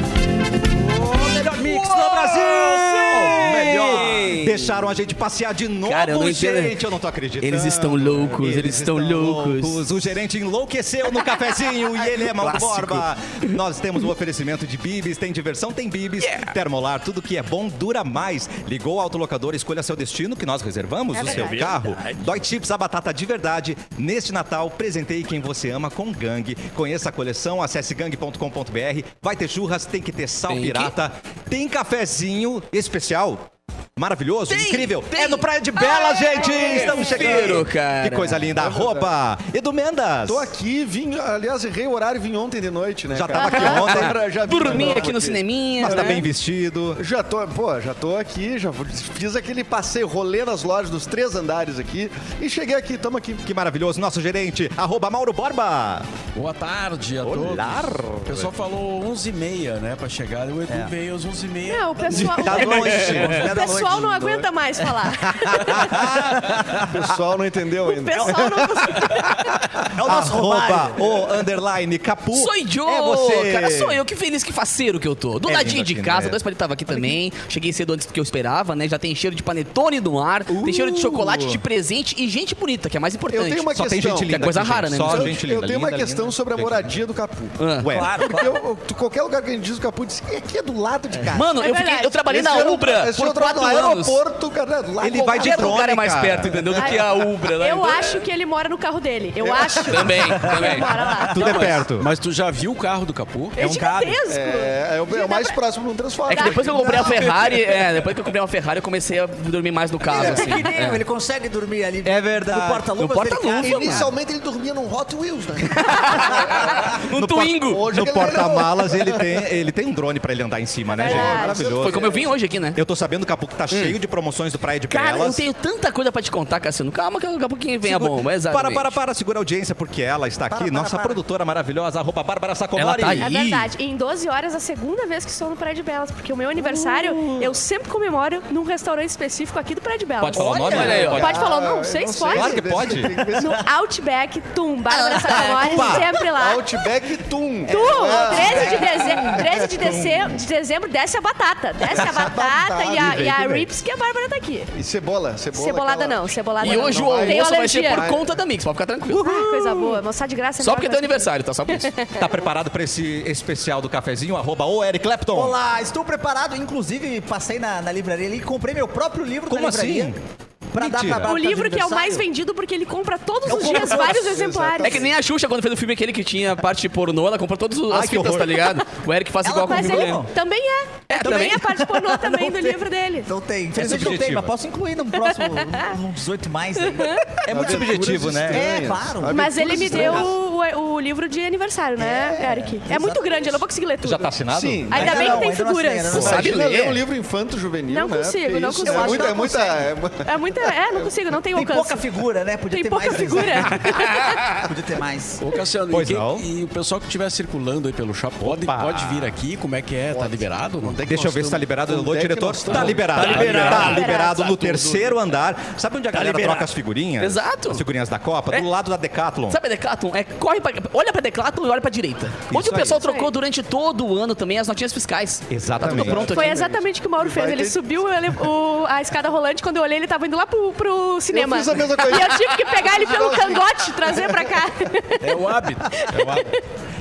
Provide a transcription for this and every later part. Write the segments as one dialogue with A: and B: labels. A: O melhor mix do Brasil! O melhor! Deixaram a gente passear de novo,
B: Cara, eu não entendo.
A: gente. Eu não tô acreditando.
B: Eles estão loucos, eles estão loucos.
A: O gerente enlouqueceu no cafezinho e ele é Mauro Borba. Nós temos o oferecimento de bibis, tem diversão, tem bibis. Termolar, tudo que é bom dura mais. Ligou o autolocador, escolha seu destino que nós reservamos,
B: É
A: o seu carro. Dói Chips, a batata de verdade. Neste Natal, presenteie quem você ama com gangue. Conheça a coleção, acesse gangue.com.br. Vai ter churras, tem que ter sal
B: Tem que-
A: pirata. Tem cafezinho especial. Maravilhoso,
B: Tem,
A: incrível.
B: tem. Ah,
A: É no Praia de Bela, gente! Estamos chegando.
B: prefiro, cara. É
A: Que coisa linda. Arroba Edu Mendas.
C: Tô aqui, vim, aliás, errei o horário, vim ontem de noite, né?
A: Já
C: cara?
A: tava aqui ontem.
C: Agora já vim de
B: Dormir
C: novo
B: aqui no cineminha.
A: Mas tá
B: né?
A: bem vestido.
C: Já tô, pô, já tô aqui, já fiz aquele passeio, rolê nas lojas dos três andares aqui e cheguei aqui, Então, tamo aqui.
A: Que maravilhoso. Nosso gerente, arroba Mauro Borba.
D: Boa tarde a
A: Olá.
D: todos. O pessoal falou 11h30, né, pra chegar. O
C: É.
D: Edu veio às 11h30.
E: Não, É, o pessoal,
A: Tá longe.
E: o pessoal não aguenta mais falar.
C: O pessoal não entendeu
E: O
C: ainda.
E: pessoal não
A: É o nosso arroba o underline Capu.
B: Sou eu,
A: É você.
B: cara, sou eu, que feliz, que faceiro que eu tô. Do
A: É
B: ladinho
A: lindo
B: de
A: aqui,
B: casa,
A: né?
B: dois palitos tava aqui também. Cheguei cedo antes do que eu esperava, né? Já tem cheiro de panetone no ar, tem cheiro de chocolate, de presente e gente bonita, que é mais importante.
C: Eu tenho uma
A: Só tem
C: questão.
A: gente linda.
B: Que é coisa
A: aqui, gente.
B: rara, né?
A: Só
B: Mas-
A: gente
C: Então, eu
A: linda.
C: tenho uma
A: linda,
C: questão
A: linda.
C: sobre a moradia do Capu.
B: Ah.
A: Ué,
C: Porque eu- eu- qualquer lugar que a gente diz o Capu diz que aqui é do lado de casa.
B: Mano,
E: É
B: eu, fiquei,
E: verdade.
B: eu trabalhei na
C: Esse ano-
B: Ubra
C: esse é ano
B: por
C: eu tava
B: quatro
C: no
B: anos.
C: aeroporto, cara, né, lá
A: Ele
C: em
A: vai de
B: Qualquer
A: drone,
B: lugar é mais
A: cara.
B: perto, entendeu? Do que a Ubra. né?
E: Eu acho que ele mora no carro dele. Eu acho.
B: Também, também.
E: Ele mora lá.
A: Tudo é perto.
D: Mas tu já viu o carro do Capu?
E: É, gigantesco.
C: É, é o, é o mais próximo de um
B: É
C: Transformer.
B: que depois que eu comprei a Ferrari, é, depois que eu comprei uma Ferrari, eu comecei a dormir mais no carro,
F: Ele é
B: assim.
F: pequenininho, ele consegue dormir ali.
A: É verdade.
F: No
B: No
F: porta-luvas.
B: porta-luvas,
F: dele, cara.
B: mano.
F: Inicialmente ele dormia num Hot Wheels, né?
B: No Twingo.
C: Hoje
A: No
C: ele-
A: porta-malas ele tem, ele tem um drone pra ele andar em cima, né, gente?
E: Verdade.
A: Maravilhoso.
B: Foi como eu vim hoje aqui, né?
A: Eu tô sabendo, Capu, que tá cheio de promoções do Praia de
B: Cara, eu
A: Belas.
B: tenho tanta coisa pra te contar, Cassiano. Calma que daqui a pouquinho vem a
A: Segura-
B: bomba. Exato.
A: Para, para, para, segura a audiência, porque ela está aqui,
F: para,
A: nossa
F: para.
A: produtora maravilhosa, arroba Bárbara
B: Ela
A: Sacomori.
B: tá
E: É
B: aí.
E: verdade. E em 12 horas, a segunda vez que estou no Praia de Belas, porque o meu aniversário eu sempre comemoro num restaurante específico aqui do Praia de Belas.
A: Pode falar o nome?
B: olha aí, ó.
E: Pode falar o nome? Não sei Ah.
C: Eu
E: se pode.
A: Claro que pode.
C: Ah, Tem que ver se-
E: No Outback Tum, Bárbara Sacomori, sempre lá.
C: Outback Tum.
E: Tu, 13 de dezembro, 13 de dezembro, de dezembro desce a batata. Desce a batata e a, e a Rips, que a Bárbara tá aqui.
C: E cebola, cebola.
E: Cebolada
C: aquela-
E: não, cebolada
B: E
E: não.
B: hoje o
E: Tenho
B: almoço vai ser
E: alergia.
B: por conta da Mix, pode ficar tranquilo.
E: Ah, coisa boa, moçada de graça. é
B: Só
E: melhor
B: porque é
E: que
B: teu
E: nós.
B: aniversário, tá? Só por isso.
A: Tá preparado pra esse especial do cafezinho? Arroba o Eric Clapton.
F: Olá, estou preparado. Inclusive, passei na, na livraria ali e comprei meu próprio livro
A: Como
F: na livraria.
A: assim?
F: Pra dar
A: Mentira.
E: O
F: pra data de
E: livro que é o mais
F: aniversário.
E: vendido porque ele compra todos
F: Eu
E: os
F: compro
E: dias
F: todos,
E: vários
F: exatamente.
E: exemplares.
B: É que nem a Xuxa quando fez o filme aquele que tinha a parte pornô, ela comprou todas as
A: Ai, que
B: fitas,
A: horror.
B: tá ligado? O Eric faz
F: Ela
B: igual com o
E: Mas
B: filme
E: ele
B: dele.
E: também é.
B: É,
E: também,
B: também. Então,
E: é parte pornô também
F: Não
E: do
F: tem.
E: livro dele.
F: Não tem. Infelizmente não tem,
A: subjetiva.
F: mas posso incluir num próximo, num 18 mais aí.
E: Uhum.
A: É
E: Tá
A: muito subjetivo, né?
F: É, claro.
E: Mas ele me deu o, o livro de aniversário, né, Eric? É muito grande, eu não vou conseguir ler tudo.
A: Já tá assinado?
C: Sim.
E: Ainda
F: Ainda
E: bem que
F: não,
E: tem
F: ainda não
E: figuras.
F: assinei, ainda não
B: Sabe
C: Imagina
B: ler.
C: ler um livro infanto juvenil,
E: Não
C: né?
E: consigo,
C: Porque
E: não
C: isso É
E: consigo. Eu
C: muita,
E: acho
C: é
E: que
C: muita... é muita-
E: É muita. É, não consigo, não tenho
F: Tem
E: alcance.
F: pouca figura, né? Podia
E: Tem
F: ter
E: pouca
F: mais. né?
E: figura.
F: Podia ter mais.
D: Ô, Cassiano,
A: Pois
D: e, quem-
A: não.
D: e o pessoal que estiver circulando aí pelo shopping pode,
A: Opa.
D: pode vir aqui? Como é que é? Tá liberado? Não
C: Onde é que
A: Deixa eu
C: nós
A: ver se tá
C: estamos?
A: liberado.
C: Onde
A: Alô,
C: é que
A: diretor.
C: nós estamos?
A: Tá liberado. Tá liberado. Tá liberado no
D: Tá tudo.
A: terceiro andar. Sabe onde a galera troca as figurinhas?
B: Exato.
A: As figurinhas da Copa?
B: É.
A: Do lado da Decathlon.
B: Sabe a Decathlon? É, corre pra, olha pra Decathlon e olha pra direita. Onde
A: Isso
B: o pessoal
A: aí.
B: trocou durante todo o ano também as notinhas fiscais. Tá
A: Exatamente.
B: tudo pronto
E: Foi
B: aqui.
E: exatamente o que o Mauro fez.
C: Vai
E: Ele
C: ter-
E: subiu ele- o- a escada rolante. Quando eu olhei, ele tava indo lá pro, pro cinema.
C: fiz a mesma coisa.
E: E eu tive que pegar ele pelo cangote e trazer pra cá.
D: É o hábito.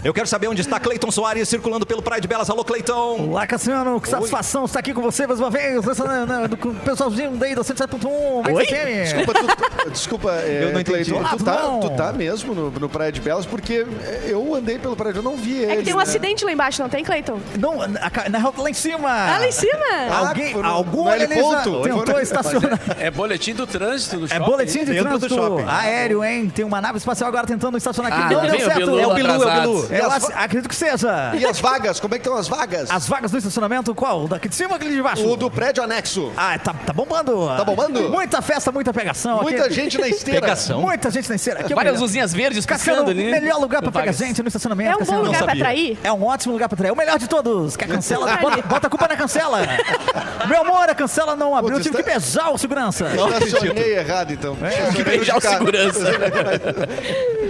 A: Eu quero saber onde está Cleiton Soares circulando pelo Praia de Belas. Alô, Cleiton.
F: Olá, Cassiano, que satisfação estar aqui com você mais uma vez. O pessoalzinho daí da 107.1.
B: Oi?
F: É.
C: Desculpa, tu, desculpa é,
A: Eu não entendi.
C: Cleiton,
F: Ah,
C: tu, tá,
F: não.
C: tu tá mesmo no, no Praia de Belas, porque é, eu andei pelo Praia de Belas, eu não vi né? ele.
E: É que tem um acidente lá embaixo, não tem, Clayton?
F: Não, na, ca- na real, lá em cima.
E: Ah, lá em cima!
F: Alguém,
C: foi no-
F: algum
C: no
F: alienígena
C: heliponto. Foi
F: tentou
C: no-
F: estacionar.
D: É boletim do trânsito do
F: É
D: shopping.
F: boletim de
A: Dentro do
F: trânsito
A: shopping.
F: aéreo, hein? Tem uma nave espacial agora tentando estacionar aqui.
B: Ah,
F: não
B: ainda
F: deu
B: vem o
F: certo.
B: Bilu
F: É o Bilu, é o
B: atrasado.
F: Bilu.
C: E
F: Eu
C: as
F: ac-
C: va-
F: acredito que seja.
C: E as vagas? Como é que estão as vagas?
F: As vagas do estacionamento, qual? Daqui de cima ou aquele de baixo?
C: O do prédio anexo.
F: Ah, tá, tá bombando.
C: Tá bombando?
F: Muita festa, muita pegação.
C: Muita
F: aqui.
C: gente na esteira.
A: Pegação.
F: Muita gente na esteira. Aqui é o
B: Várias
F: melhor.
B: luzinhas verdes
F: Cassiano,
B: piscando
F: o
B: ali.
F: melhor lugar pra
B: Vagas.
F: pegar gente no estacionamento.
E: É um bom
F: Cassiano.
E: lugar pra
A: sabia.
E: atrair?
F: É um ótimo lugar pra trair. O melhor de todos. Que a cancela. Bota, bota a culpa na cancela. Meu amor, a cancela não abriu. Eu
C: Putz,
F: tive que
C: está-
F: beijar o segurança.
C: Estacionei errado, então. Estacionei
B: Beijar o
C: de cara.
B: segurança.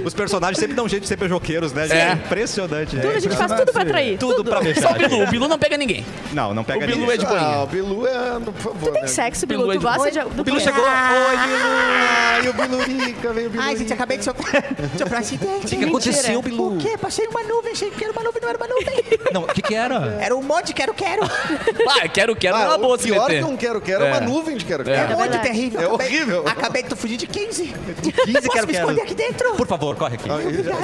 A: Os personagens sempre dão jeito de ser pejoqueiros, né? gente?
B: É.
A: Impressionante. né?
E: Tudo, a gente faz tudo pra atrair.
A: Tudo, pra
B: Só
A: beijar.
B: o Bilu. O Bilu não pega ninguém.
A: Não, não pega
B: O Bilu
A: ninguém.
B: é de
C: Ah,
B: boinha.
C: o Bilu é... Por favor, né?
E: Tem sexo,
B: Bilu
E: Bilu.
B: é
E: Tu
B: de
E: gosta
B: boa.
E: de...
A: O Bilu chegou. Oi, Bilu.
C: Ai, o Bilurica, vem o Bilurica.
G: Ai, gente, acabei de soprar. Soprar acidente. O
A: que aconteceu, Bilu?
G: O quê? Passei uma nuvem, achei que era uma nuvem, não era uma nuvem.
A: Não, o que que era?
G: Era um monte de quero-quero.
B: Ah, quero, quero.
C: Ah,
B: Ah,
C: o
B: boa se
C: pior
B: meter.
C: que um quero-quero é uma nuvem de
G: É
C: quero-quero.
G: um monte
E: verdade.
G: terrível.
C: É
G: Acabei-
C: horrível.
G: Acabei de fugir de 15.
A: 15
G: Posso me
A: quero-quero.
G: esconder aqui dentro? um
A: Por favor, corre aqui.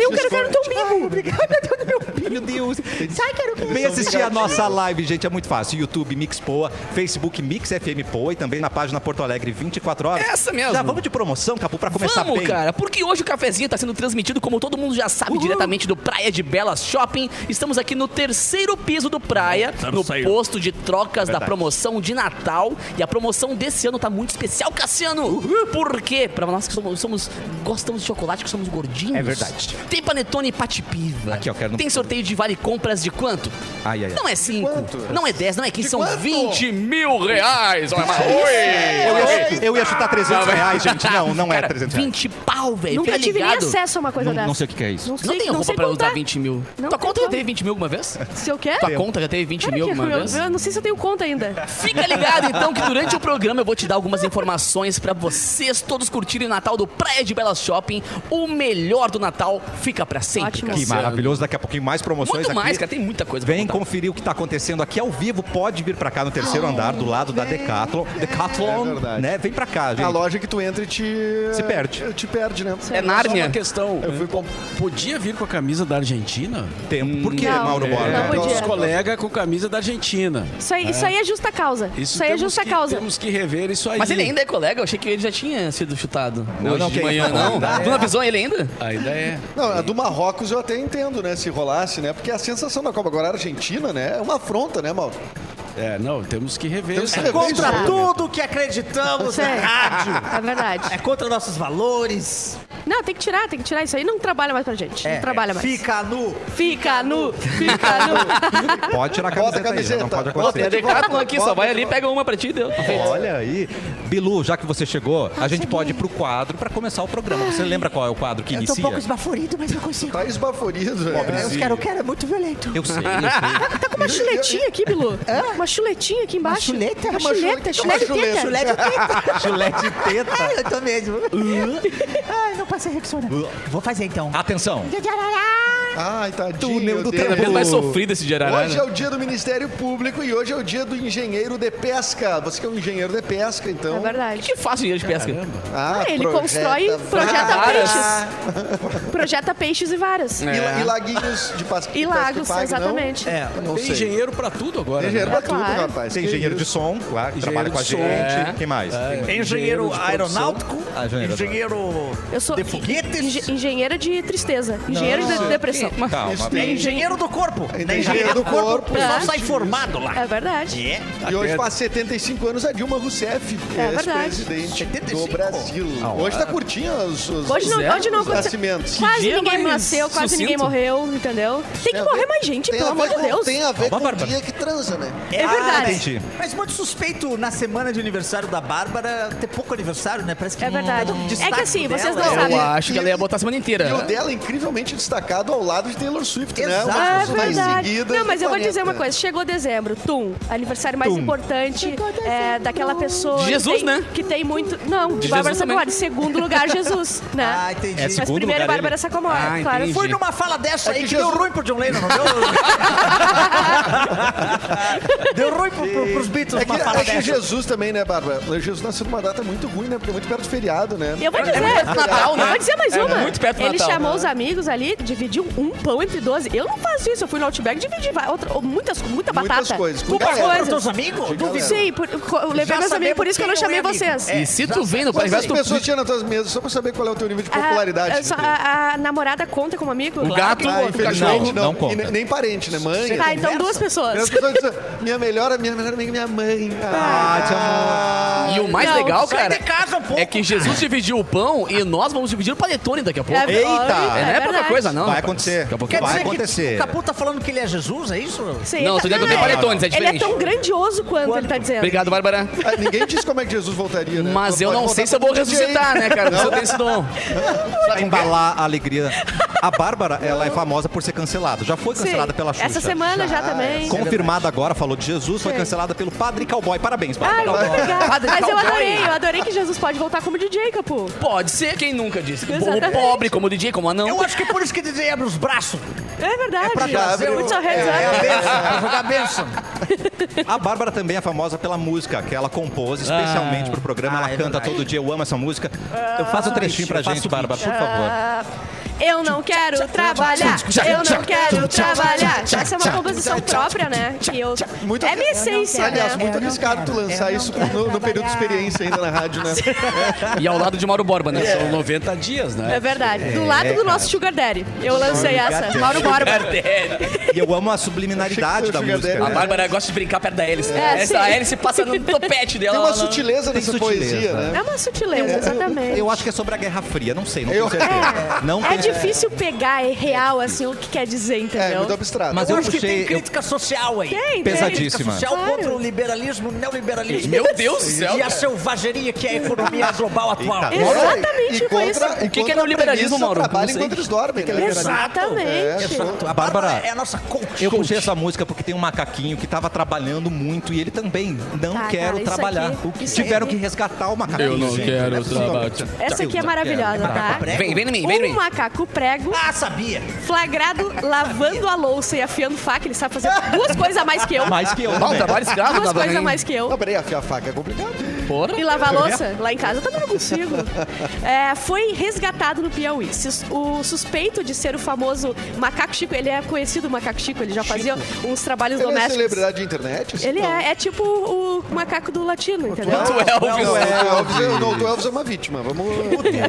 G: Eu quero-quero no teu umbigo. Obrigada, meu Deus.
A: Meu Deus.
G: Sai, quero-quero.
A: Vem assistir a nossa live, gente, é muito fácil. YouTube Mix Poa, Facebook Mix FM Poa e também na página Porto Alegre 24 horas.
B: Essa mesmo.
A: Já vamos de promoção, Capu, pra começar
B: Vamos,
A: bem.
B: cara, porque hoje o cafezinho tá sendo transmitido, como todo mundo já sabe, diretamente do Praia de Belas Shopping. Estamos aqui no terceiro piso do Praia,
A: Tá
B: no posto de trocas da promoção de Natal. E a promoção desse ano tá muito especial, Cassiano. Por quê? Pra nós que somos, somos- gostamos de chocolate, que somos gordinhos.
A: É verdade.
B: Tem panetone e patipiva.
A: Aqui, ó, quero no-
B: Tem sorteio de vale compras de quanto?
A: Ai, ai, ai.
B: Não é 5,
C: quanto?
B: não é 10, não é 15, são
C: quanto?
B: 20 mil reais. Olha, mas- Oi!
A: Eu ia, eu ia chutar 300
B: Não, vai.
A: reais, gente. Não, não é
B: Cara,
A: 300 reais.
B: 20 pau, velho.
E: Nunca
B: Fica
E: tive nem
B: ligado.
E: acesso a uma coisa dessa.
A: Não sei o que que é isso.
E: sei,
B: Não tem
E: não
B: roupa
E: sei
B: pra
E: contar.
B: usar 20 mil.
E: Não
B: Tua
E: tem
B: conta já
E: como.
B: teve 20 mil alguma vez?
E: Se eu quero?
B: Tua conta já teve 20
E: Cara,
B: é mil é
E: que
B: alguma vez?
E: curioso. Eu não sei se eu tenho conta ainda.
B: Fica ligado então que durante o programa eu vou te dar algumas informações pra vocês todos curtirem o Natal do Praia de Belas Shopping. O melhor do Natal fica pra sempre.
E: Ótimo.
A: Que
B: Cassiano.
A: maravilhoso. Daqui a pouquinho mais promoções
B: Muito
A: aqui.
B: mais, cara, tem muita coisa pra
A: Vem
B: contar.
A: conferir o que está acontecendo aqui ao vivo. Pode vir para cá no terceiro andar, do lado da Decathlon.
C: É
A: Decathlon,
C: verdade.
A: né? Vem para cá, gente.
C: A loja que tu entra e te...
A: Se perde.
C: Te perde, né?
B: É
D: Só
B: Nárnia.
D: uma questão.
C: Eu fui com...
D: Podia vir com a camisa da Argentina?
A: Tempo. Por que,
E: Não,
A: um Mauro Borba?
E: não podia.
D: Os colegas com camisa da Argentina.
E: Isso aí, isso aí é justa causa. Isso, aí é
D: temos
E: justa
D: que- um
E: causa.
D: Temos que rever isso aí.
B: Mas ele ainda é colega, eu achei que ele já tinha sido chutado.
A: Não,
B: hoje
A: não,
B: de
A: quem- é?
B: manhã, não.
A: não.
B: Tu não avisou ele ainda?
D: Ainda é.
C: Não, a do Marrocos eu até entendo, né? Se rolasse, né? Porque a sensação da Copa agora a Argentina, né? É uma afronta, né, Mauro?
D: É, não, temos que rever
C: Temos
D: isso
C: que
D: aí.
C: rever.
F: Contra
C: Isso.
F: tudo que acreditamos na
E: Sério.
F: rádio.
E: É verdade.
F: É contra nossos valores.
E: Não, tem que tirar, tem que tirar. Isso aí não trabalha mais pra gente.
F: É,
E: não trabalha mais.
F: Fica nu.
E: Fica nu, fica nu.
A: Pode tirar a
C: Bota
A: camiseta,
C: a
A: aí, né? não
C: camiseta.
A: pode
C: Bota,
B: Tem a
A: acontecer.
B: Decathlon aqui, só
C: Bota,
B: vai
C: bota.
B: ali, pega uma pra ti e deu.
A: Olha É aí. Bilu, já que você chegou,
E: Tá
A: a gente pode ir pro quadro para começar o programa. Você lembra qual é o quadro que
G: Eu tô um
A: inicia?
G: pouco esbaforido, mas eu consigo.
C: Tá esbaforido, né?
G: É, Os quero-quero é muito violento.
A: Eu sei, eu sei.
E: Tá com uma chuletinha aqui, Bilu. Uma chuletinha aqui embaixo.
G: Uma chuleta?
E: Uma
G: Uma
E: chuleta,
C: chuleta.
E: chuleta e
C: Uma chuleta.
E: teta.
G: Chulé de teta.
A: Chulé de teta.
G: Ai, eu tô mesmo. Ai, não passei Rexona. Vou fazer então.
C: Ah,
A: Atenção.
C: Ai, tadinho.
A: Túnel do
C: Deus.
A: tempo.
B: Cada vez é mais sofrido esse de Arará,
C: Hoje
B: né?
C: é o dia do Ministério Público e hoje é o dia do engenheiro de pesca. Você que é um engenheiro de pesca, então.
E: É verdade.
B: Que fácil dinheiro de pesca.
C: Ah,
E: Ah, ele
C: projeta
E: constrói, projeta
B: varas.
E: peixes. Projeta peixes e varas.
C: E, la-
B: É.
C: e laguinhos de pas- pesca.
E: E lagos,
C: Então, que pagam, não?
E: exatamente.
F: É.
C: Não
D: Tem
C: sei.
D: engenheiro pra tudo agora. né?
C: Engenheiro
E: É,
C: pra tudo,
E: claro.
C: rapaz.
A: Tem
C: Que
A: engenheiro
C: isso.
A: de som, claro, que trabalha
D: Engenheiro
A: com a
D: de som,
A: gente.
D: é.
A: Quem mais?
F: Engenheiro
D: de
F: aeronáutico.
A: Ah, engenheiro.
F: Engenheiro
E: Eu sou
F: de foguetes.
E: engen- engenheira de tristeza. Engenheiro de
C: Não.
E: depressão.
A: Calma.
C: Isso
F: É
C: tem-
F: engenheiro do corpo.
C: É
F: É engenheiro do corpo. O pessoal
E: É.
F: sai formado lá.
E: É verdade.
F: É.
C: E hoje faz 75 anos a Dilma Rousseff,
E: É
C: ex-presidente do
F: 75?
C: Brasil. hoje
A: é-
C: tá curtinho os, os,
E: Hoje não,
B: Pois é,
E: hoje não
C: os
E: aconteceu.
C: nascimentos.
E: Quase
B: dia
E: ninguém
B: mais
E: nasceu, quase
B: sucinto.
E: ninguém morreu, entendeu? Tem que morrer mais gente,
C: Tem
E: pelo
C: a ver
E: amor de
C: com-
E: Deus.
C: Tem a ver
A: Calma,
C: com o
A: É Bárbara.
C: dia que transa, né?
E: É verdade.
A: Entendi.
F: Ah, Mas muito suspeito na semana de aniversário da Bárbara ter pouco aniversário, né? Parece que
E: É
F: não-
E: verdade.
F: não- o
E: É
F: destaque
E: que assim,
F: dela
E: vocês não
F: é-
E: sabem.
B: Eu acho que ela ia botar a semana
C: E o
B: inteira.
C: dela é incrivelmente destacado ao lado de Taylor Swift,
F: Exato.
C: né? Uma das
E: Ah, é
C: pessoas mais
E: verdade.
C: seguidas
E: Não,
C: do
E: mas eu vou
C: planeta.
E: dizer uma coisa. Chegou dezembro, tum, aniversário mais
A: Tum.
E: importante é, daquela pessoa
B: De Jesus,
E: que tem,
B: né?
E: que tem muito, não, de
B: Jesus
E: Bárbara
B: também.
E: Sacomori. Segundo lugar, Jesus, né?
F: Ah, entendi.
A: É
E: mas
A: segundo
E: primeiro
A: lugar
E: Bárbara
A: ele.
E: Sacomori,
B: Ah,
E: claro.
B: entendi.
F: Fui numa fala dessa
C: É
F: aí
C: que
F: que deu
C: Jesus-
F: ruim pro John Lennon, não deu? deu ruim pro, pro, pro os Beatles
C: É que,
F: pra falar
C: é que
F: dessa.
C: Jesus também, né, Bárbara? Jesus nasceu numa data muito ruim, né? Porque é muito perto do feriado, né?
E: Eu vou dizer.
B: perto do Natal, né?
E: Eu vou dizer mais
B: É,
E: uma.
B: muito perto do
E: Ele
B: Natal.
E: chamou os amigos ali, dividiu um pão entre 12. Eu não faço isso. Eu fui no Outback e dividi vai- outra- muitas, muita
C: Muitas
E: batata.
C: coisas. Com
E: Muitas
C: galera.
F: Os
E: coisas.
F: teus amigos?
C: Diga,
F: Duvido.
E: Sim, por, co- eu levei
F: Já
E: meus amigos,
F: sabemos
E: por isso que eu não
F: quem não é
E: chamei
F: amigo.
E: vocês.
B: E se tu vem no
C: Quantas
B: Palhaço, tu
C: pessoas tinha nas tuas mesas? Só pra saber qual é o teu nível de popularidade. né?
E: Ah, só- a, a namorada conta como amigo?
B: O gato,
C: Ah,
B: o cachorro.
C: infelizmente não.
A: não conta.
C: E ne- nem parente, né? Mãe.
E: Tá, então duas pessoas.
C: As pessoas dizem, minha melhor, minha melhor amiga é minha mãe. Ah, te amo.
B: E o mais
E: Não,
B: legal,
F: Sai
B: cara,
F: de casa um pouco.
B: é que Jesus dividiu o pão e nós vamos dividir o panetone daqui a pouco.
E: É,
A: Eita!
E: óbvio,
B: É, não é pouca
E: verdade.
B: coisa, não.
A: Vai
B: rapaz.
A: acontecer.
B: Daqui a pouco
F: Quer
A: Vai
F: dizer
A: acontecer.
F: que o Capu tá falando que ele é Jesus, é isso?
E: Sim,
B: Não,
E: tá-
B: tu deve ter
E: Ah,
B: panetones, é
E: Ele é
B: diferente.
E: tão grandioso quanto, ele tá dizendo.
B: Obrigado, Bárbara.
C: Ah, Ninguém disse como é que Jesus voltaria, né?
B: Mas eu
C: Pode
B: não sei
C: voltar
B: se eu vou
C: com DJ.
B: ressuscitar, né, cara? Se eu tenho esse dom.
A: Pra embalar a alegria. A Bárbara, ela é famosa por ser cancelada. Já foi
E: Sim.
A: cancelada pela Xuxa.
E: Essa semana já, também.
A: Confirmada agora, falou de Jesus, foi
E: Sim.
A: cancelada pelo Padre Cowboy. Parabéns,
E: Ai,
A: Bárbara.
E: muito Ah, obrigada.
B: Padre
E: Mas eu
B: Cowboy.
E: adorei, eu adorei que Jesus pode voltar como DJ, Capu.
B: Pode ser, quem nunca disse? Como
E: Exatamente.
B: pobre, como DJ, como anão.
F: Eu acho que por isso que ele abre os braços.
E: É verdade.
F: pra trazer
E: Put
F: o-
E: your hands
F: É a
E: up.
F: benção, pra jogar a benção.
A: A Bárbara também é famosa pela música que ela compôs especialmente pro programa.
F: Ah,
A: ela
F: é
A: canta
F: verdade.
A: todo dia. Eu amo essa música. Eu faço o trechinho pra
F: eu faço
A: gente,
F: o
A: Bárbara, por favor.
E: Eu não quero trabalhar, eu não quero trabalhar. Essa é uma composição própria, né? Que eu...
C: Muito-
E: É minha essência, né?
C: Aliás, muito arriscado tu lançar isso no, no período de experiência ainda na rádio, né?
B: E ao lado de Mauro Borba, né?
C: É.
D: São 90 dias, né?
E: É verdade. Do lado do nosso Sugar Daddy. Eu lancei essa.
A: Daddy.
E: Mauro Borba.
A: E eu amo a
C: Achei
A: subliminaridade
C: que
A: da
C: fosse o
A: música.
B: É, A
C: Gabriel.
A: né?
B: Bárbara gosta de brincar perto da hélice.
E: É,
B: né? Essa
E: sim.
B: hélice passa no topete dela.
C: Tem uma
B: ela não-
C: sutileza
A: Tem
C: nessa
A: sutileza,
C: poesia, né?
E: É uma sutileza, exatamente.
A: Eu acho que é sobre a Guerra Fria. Não sei, não
C: Eu-
A: tenho certeza. Não
E: É
A: tenho
E: difícil pegar, é real, assim, o que quer dizer,
C: É, muito
E: entendeu?
C: abstrato.
A: Mas
F: Eu
A: eu
F: acho que
A: puxei-
F: tem
A: eu-
F: crítica social aí.
E: Tem, tem.
F: Crítica
A: Pesadíssima.
F: social
E: Claro.
F: contra é o liberalismo, neoliberalismo.
B: Meu Deus do céu,
F: E a
B: cara.
F: selvageria que é a economia global atual.
A: Eita.
E: Exatamente,
C: E
E: foi
C: contra-
E: isso.
C: e
B: que que é
C: contra a
B: neoliberalismo,
C: premissa,
B: Mauro? Não
C: Trabalha
B: sei.
C: enquanto eles dormem, né?
E: é Exatamente.
A: A
F: Bárbara
A: Bárbara
F: é a nossa coach.
A: Eu puxei essa música porque tem um macaquinho que tava trabalhando muito e ele também não
E: Tá, cara,
A: quero
E: isso
A: trabalhar.
E: aqui-
A: O que
E: isso
A: tiveram
E: aqui-
A: que resgatar o macaquinho. gente. Não é possível.
E: Essa aqui é maravilhosa, tá?
B: Vem, vem em mim, vem em
E: Um
B: mim.
E: macaco prego
F: Ah, sabia.
E: flagrado lavando a louça e afiando faca. Ele sabe fazer duas coisas a mais que eu.
A: Mais que eu.
B: Mal
A: também.
B: trabalho escravo,
E: Duas
B: tava
E: coisas a
B: aí.
E: mais que eu.
C: Não, peraí, afiar a faca é complicado.
B: Porra.
E: E lavar louça lá em casa eu também não consigo. É, foi resgatado no Piauí. Sus- O suspeito de ser o famoso Macaco Chico, ele é conhecido Macaco Chico, ele já fazia uns trabalhos
C: Ele é
E: domésticos.
C: celebridade de internet? assim?
E: ele
C: Não.
E: é, é tipo o macaco do latino, entendeu?
B: Quanto é Elvis.
C: Não,
A: Elvis.
C: o Elvis, é- não, o Elvis é uma vítima. Vamos.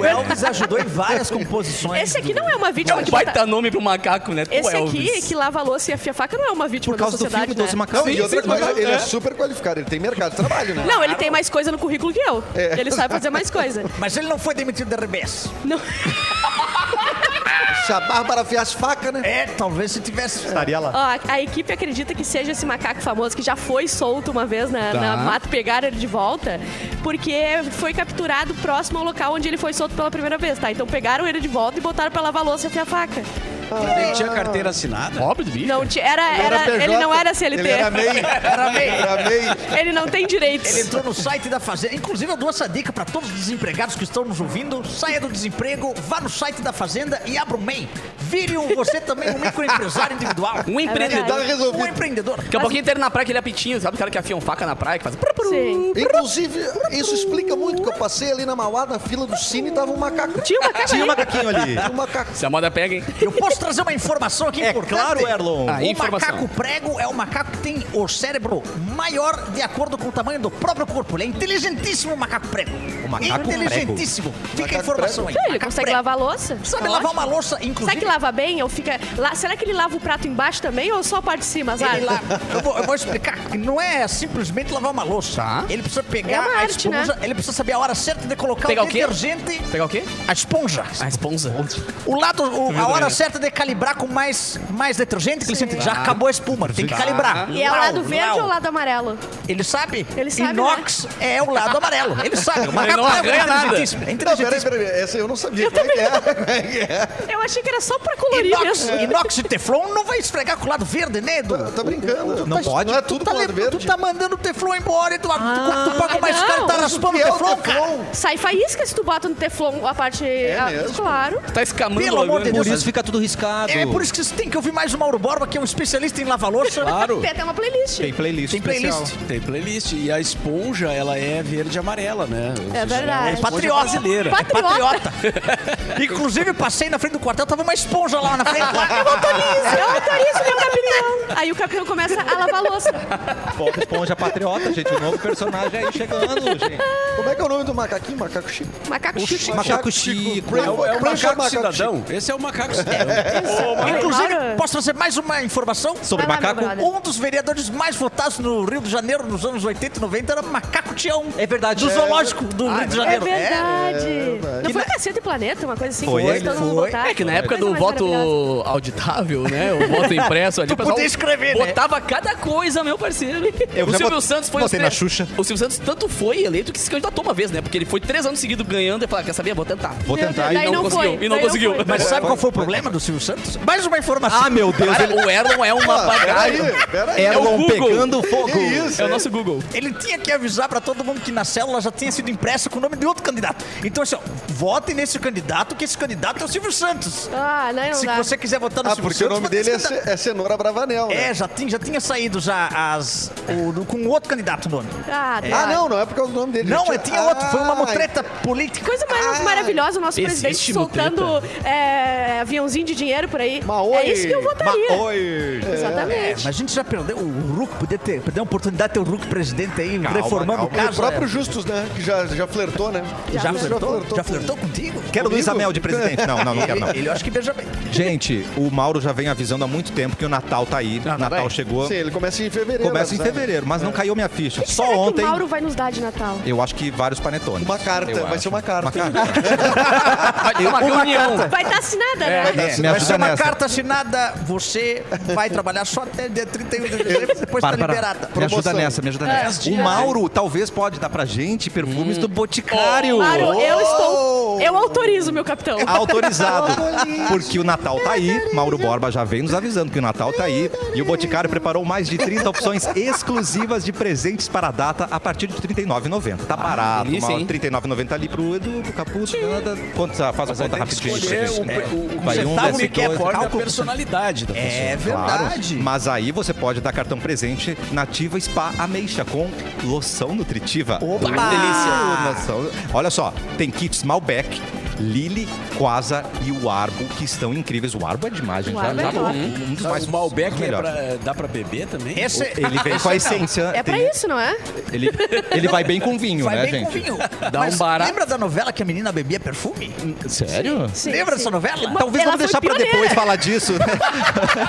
F: O Elvis ajudou em várias composições.
E: Esse aqui não é uma
B: É
E: vítima
B: um
E: que
B: baita
E: bota...
B: nome pro macaco, né? Tu,
E: Esse aqui
B: Elvis.
E: que lava a louça e afia a faca não é uma vítima
A: Por causa
E: da
A: do filme
E: sociedade, né?
A: dos
C: Não,
A: macaquinhos.
C: e outra coisa, ele é super qualificado, ele tem mercado de trabalho, né?
E: Não, ele tem mais coisa no currículo que eu. Ele sabe fazer mais coisa.
F: Mas ele não foi demitido de revés.
E: Não.
C: Se a Bárbara afiasse faca, né?
F: É, talvez se tivesse...
A: Estaria lá.
E: Ó, a, a equipe acredita que seja esse macaco famoso que já foi solto uma vez na, na mata, pegaram ele de volta, porque foi capturado próximo ao local onde ele foi solto pela primeira vez, tá? Então pegaram ele de volta e botaram pra lavar a louça e afiar a faca.
D: Ele tinha carteira assinada.
B: Pobre do bicho.
E: Não, ti- era, era,
C: PJ,
E: ele não era CLT.
C: Ele era MEI.
F: Era meio...
C: Era MEI.
E: Ele não tem direitos.
F: Ele entrou no site da Fazenda. Inclusive, eu dou essa dica para todos os desempregados que estão nos ouvindo. Saia do desemprego, vá no site da Fazenda e abra o MEI. Vire um- você também um microempresário individual.
B: Um
E: é verdade.
B: empreendedor.
C: Tá resolvido.
F: Um empreendedor.
B: Daqui a pouquinho inteiro na praia, aquele apitinho, sabe? O cara que afia um faca na praia, que faz...
E: Sim.
C: Inclusive, isso explica muito que eu passei ali na Mauá, na fila do cine, tava um macaco.
E: Tinha um macaco
A: Tinha um
E: ali.
A: macaquinho ali.
C: Um macaco.
B: Se a moda pega, hein?
F: Eu posso trazer uma informação aqui
A: É
F: importante?
A: claro, Erlon.
B: Ah,
F: o
B: informação.
F: macaco prego é o macaco que tem o cérebro maior de acordo com o tamanho do próprio corpo. Ele é inteligentíssimo o macaco prego.
A: O macaco prego.
F: Inteligentíssimo. Fica
C: Macaco
F: a informação
C: prego.
E: Não,
F: aí.
E: Ele
F: Macaco
E: consegue
F: prego.
E: lavar a louça?
F: Sabe
E: Tá
F: lavar
E: ótimo.
F: uma louça, inclusive.
E: Será que lava bem ou fica... lá- será que ele lava o prato embaixo também ou só a parte de cima, azar?
F: Ele lá, eu, vou, eu vou explicar que não é simplesmente lavar uma louça.
B: Tá.
F: Ele precisa
E: É
F: pegar
E: uma
F: a
E: arte,
F: esponja, ele precisa saber a hora certa de colocar
B: Pegar o
F: o
B: quê?
F: detergente,
B: Pegar o quê?
F: a esponja.
B: A esponja.
F: O lado, o- a hora certa de calibrar com mais, mais detergente, que ele sempre já acabou a espuma, tem que
B: Ah.
F: calibrar.
E: E é o
F: Lau,
E: lado verde
F: lau.
E: ou o lado amarelo?
F: Ele sabe.
E: Ele sabe,
F: Inox é o lado amarelo. Ele sabe. Mas é
B: não arranha nada.
C: Não, peraí, peraí, essa eu não sabia. Como é que é?
E: Eu achei que era só pra colorir
F: Inox,
E: mesmo.
F: inox e teflon não vai esfregar com o lado verde, né, Edu?
C: Tá brincando.
A: Não pode?
C: Não é tudo
F: tá,
C: color
F: le-
C: verde.
F: tu tá mandando o Teflon embora, Eduardo. tu, tu paga mais
E: Ah, é, Não,
F: caro, tá
E: não,
C: Mas
F: raspando o teflon, cara.
E: Sai faísca se tu bota no teflon a parte...
A: É
E: a-
C: mesmo?
E: Claro.
B: Tá escamando
F: Pelo amor de
B: né?
A: Por
F: Deus.
A: isso fica tudo riscado.
F: É por isso que vocês têm que ouvir mais o Mauro Borba, que é um especialista em né? lava-louça.
D: Claro.
E: Tem até uma playlist.
A: Tem playlist.
F: Tem playlist.
A: especial.
D: Tem playlist. E a esponja, ela é verde e amarela, né? Ou
B: É
D: seja, ela
E: É verdade.
D: uma
A: é
D: esponja
F: É Patriota.
D: brasileira.
E: Patriota.
F: Inclusive, passei na frente do quartel, tava uma esponja lá na frente. lá.
E: Eu autorizo, meu capitão. Aí o capitão começa a lavar a louça.
A: Bob Esponja Patriota, gente. O novo personagem aí chegando, gente.
C: Como é que é o nome do macaquinho? Macaco Chico.
E: Macaco Chico.
A: Macaco Chico.
D: É o, é o
C: Branco
D: macaco
C: macaco
D: cidadão. Esse é o macaco É. cidadão.
F: Inclusive,
E: Mauro.
F: posso trazer mais uma informação?
A: Sobre
E: Vai lá,
A: macaco?
E: meu brother.
F: Um dos vereadores mais votados no Rio de Janeiro nos anos 80 e 90 era Macaco Tião.
A: É verdade.
F: Do
A: É.
F: zoológico do Rio de
E: É
F: Janeiro.
E: verdade.
C: vai.
E: É, Não foi Cacete e Planeta, uma coisa assim?
A: Foi,
E: que
A: ele
E: todo mundo
A: foi.
E: votar?
B: É que na
E: Uma
B: época
E: coisa
B: do
E: mais maravilhosa.
B: voto auditável, né? O voto impresso ali. o pessoal
F: podia escrever, né?
B: Botava cada coisa, meu parceiro.
A: Eu
B: o
A: já
B: Silvio
A: bot-
B: Santos foi...
A: botei
B: os três-
A: na Xuxa.
B: O Silvio Santos tanto foi eleito que se candidatou uma vez, né? Porque ele foi três anos seguidos ganhando e falou, "Ah, quer saber? Vou tentar.
A: Vou tentar.
E: Daí
A: e-
E: não
B: conseguiu,
E: foi,
B: e não
E: daí
B: conseguiu.
E: foi.
F: Mas sabe qual foi o problema do Silvio Santos? Mais uma informação.
A: É. Ah, meu Deus.
B: Cara, o Erlon é uma bagagem.
C: Ah, Peraí, peraí.
B: É o
A: Erlon
B: Google.
A: pegando fogo.
C: Que isso?
B: É o nosso Google.
F: Ele tinha que avisar pra todo mundo que na célula já tinha sido impressa com o nome de outro candidato. Então, assim, ó, vote nesse candidato, que esse candidato é o Silvio Santos.
E: Ah, não, não
F: Se
E: dá.
F: você quiser votar no
C: Ah,
F: Silvio
C: porque o
F: Santos,
C: nome
F: vote
C: dele é,
F: nesse candidato.
C: Ce- é Cenoura Bravanel, né?
F: É, já tinha, já tinha saído já as, o, do- com um outro candidato o nome.
E: Ah, tá.
C: Ah, não, não é porque é o nome dele.
F: Não,
C: Gente,
F: é, tinha outro. Foi uma
C: ah,
F: motreta política.
E: Coisa mais
C: Ah,
E: maravilhosa, o nosso
B: existe
E: presidente
B: mutreta?
E: soltando é, aviãozinho de dinheiro por aí.
C: Maoi.
E: É isso que eu votaria.
A: Oi.
F: É,
E: Exatamente.
F: mas a gente já perdeu o Hulk, podia ter, perdeu a oportunidade de ter o Hulk presidente aí,
A: Calma,
F: reformando
A: calma.
F: o
C: E é. o
F: caso.
C: próprio Justus, né? Que já, já flertou, né?
F: é. Já,
E: Já
F: flertou? Já flertou
C: com-
F: contigo?
A: Quero Luiz
C: Comigo?
A: Amel de presidente. Não, não, não quero não.
F: Ele, ele eu acho que veja bem.
A: Gente, o Mauro já vem avisando há muito tempo que o Natal tá aí. Natal chegou.
C: Sim, É. ele começa em fevereiro. né?
A: Começa em
C: sabe?
A: fevereiro, mas não caiu minha ficha.
E: O que
A: Só
E: será
A: ontem.
E: que o Mauro vai nos dar de Natal?
A: Eu acho que vários panetones. É,
C: Uma carta,
A: Eu
C: vai
A: acho.
C: ser uma carta.
B: Vai ter É uma, reunião.
E: Vai estar assinada, né?
A: É, me
F: Vai ser
A: ajuda
F: uma
A: nessa.
F: carta assinada, você vai trabalhar só até dia 31 de dezembro, depois tá
A: Bárbara,
F: liberada.
A: me ajuda nessa, me ajuda
E: É,
A: nessa. O Mauro talvez pode dar pra gente perfumes do Boticário.
E: Mauro, eu estou. Eu autorizo, meu capitão.
A: Ah, Autorizado. Porque o Natal tá aí. Mauro Borba já vem nos avisando que o Natal tá aí. E o Boticário preparou mais de 30 opções exclusivas de presentes para a data a partir de R$ 39,90.
D: Ah,
A: Tá barato.
B: delícia,
A: Mauro,
B: hein?
A: R$ 39,90 ali pro Edu, pro Caputo. nada. Quanto, ah, faz a conta rapidinho.
D: Escolher o,
A: É,
D: o, o
A: vai um,
D: centavo
A: desce
D: que é
A: dois.
D: forte da personalidade da pessoa.
F: É
A: Claro,
F: verdade.
A: mas aí você pode dar cartão presente Nativa Spa Ameixa com loção nutritiva.
F: Opa!
A: Loção- Olha só, tem kits Malbec, Lily, Quasa e o Arbo, que estão incríveis. O Arbo é demais, gente.
E: O Arbo é top.
A: um dos mais
D: o Malbec é
A: melhores.
D: pra, dá pra beber também?
F: Esse
A: Ele vem com a essência.
E: É pra
A: tem-
E: isso, não é?
A: Ele, ele vai bem com vinho,
F: vai
A: né,
F: bem
A: gente?
F: com vinho.
B: Dá um
F: Mas
B: barato.
F: Lembra da novela que a menina bebia perfume?
A: Sério?
E: Sim,
F: lembra
E: sim.
F: dessa novela?
E: Bom,
A: Talvez
E: ela
A: vamos deixar
E: foi
A: pra depois
E: pioneira.
A: falar disso, né?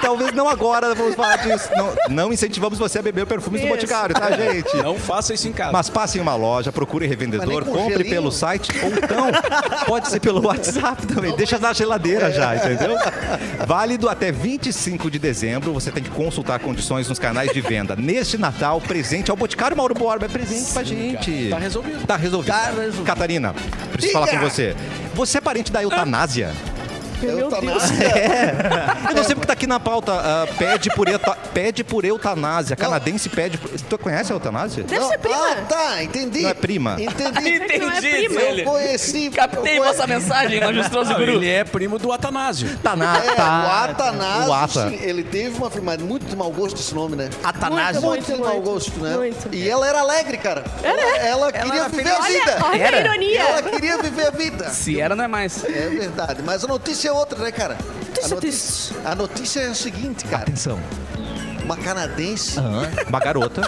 A: Talvez não agora vamos falar disso. Não, não incentivamos você a beber perfumes do
E: Isso.
A: Boticário, tá, gente?
D: Não faça isso em casa.
A: Mas passe em uma loja, procure revendedor,
C: Mas nem com
A: compre
C: gelinho.
A: pelo site ou então pode ser pelo WhatsApp também. Deixa na geladeira já, entendeu? Válido até 25 de dezembro. Você tem que consultar condições nos canais de venda. Neste Natal, presente ao Boticário Mauro Borba. É presente pra gente.
D: Tá resolvido.
A: Tá resolvido.
F: Tá resolvido.
A: Catarina, preciso
F: Diga.
A: falar com você. Você é parente da eutanásia?
E: Meu
C: Então,
E: Deus.
C: tá, É.
A: Eu não sei porque tá aqui na pauta. ah, pede, por euta- pede por eutanásia. Canadense pede por... Tu conhece a eutanásia?
E: Deve ser prima.
C: Ah, tá, entendi.
A: Não é prima.
C: Entendi.
B: Entendi,
E: É que não é
B: ele.
C: Eu conheci.
B: Captei
C: eu
B: vossa mensagem, majestoso
D: Não,
B: guru.
D: ele é primo do Atanásio.
A: Ataná-
C: É, o
A: tá-
C: Atanásio,
A: O Ata.
C: sim, ele teve uma firmada muito de mau gosto esse nome, né?
F: Atanásio.
C: Muito, de mau gosto, né? E ela era alegre, cara. Ela, ela queria
F: era
C: viver
F: feliz.
C: a vida.
E: Olha, olha a
B: Era?
E: ironia.
C: Ela queria viver a vida.
B: Se era, não é mais.
C: É verdade. Mas a notícia é outra, né, cara?
E: Notícia
C: a, notícia, a notícia é a seguinte, cara.
A: Atenção.
C: Uma canadense
A: Uma garota.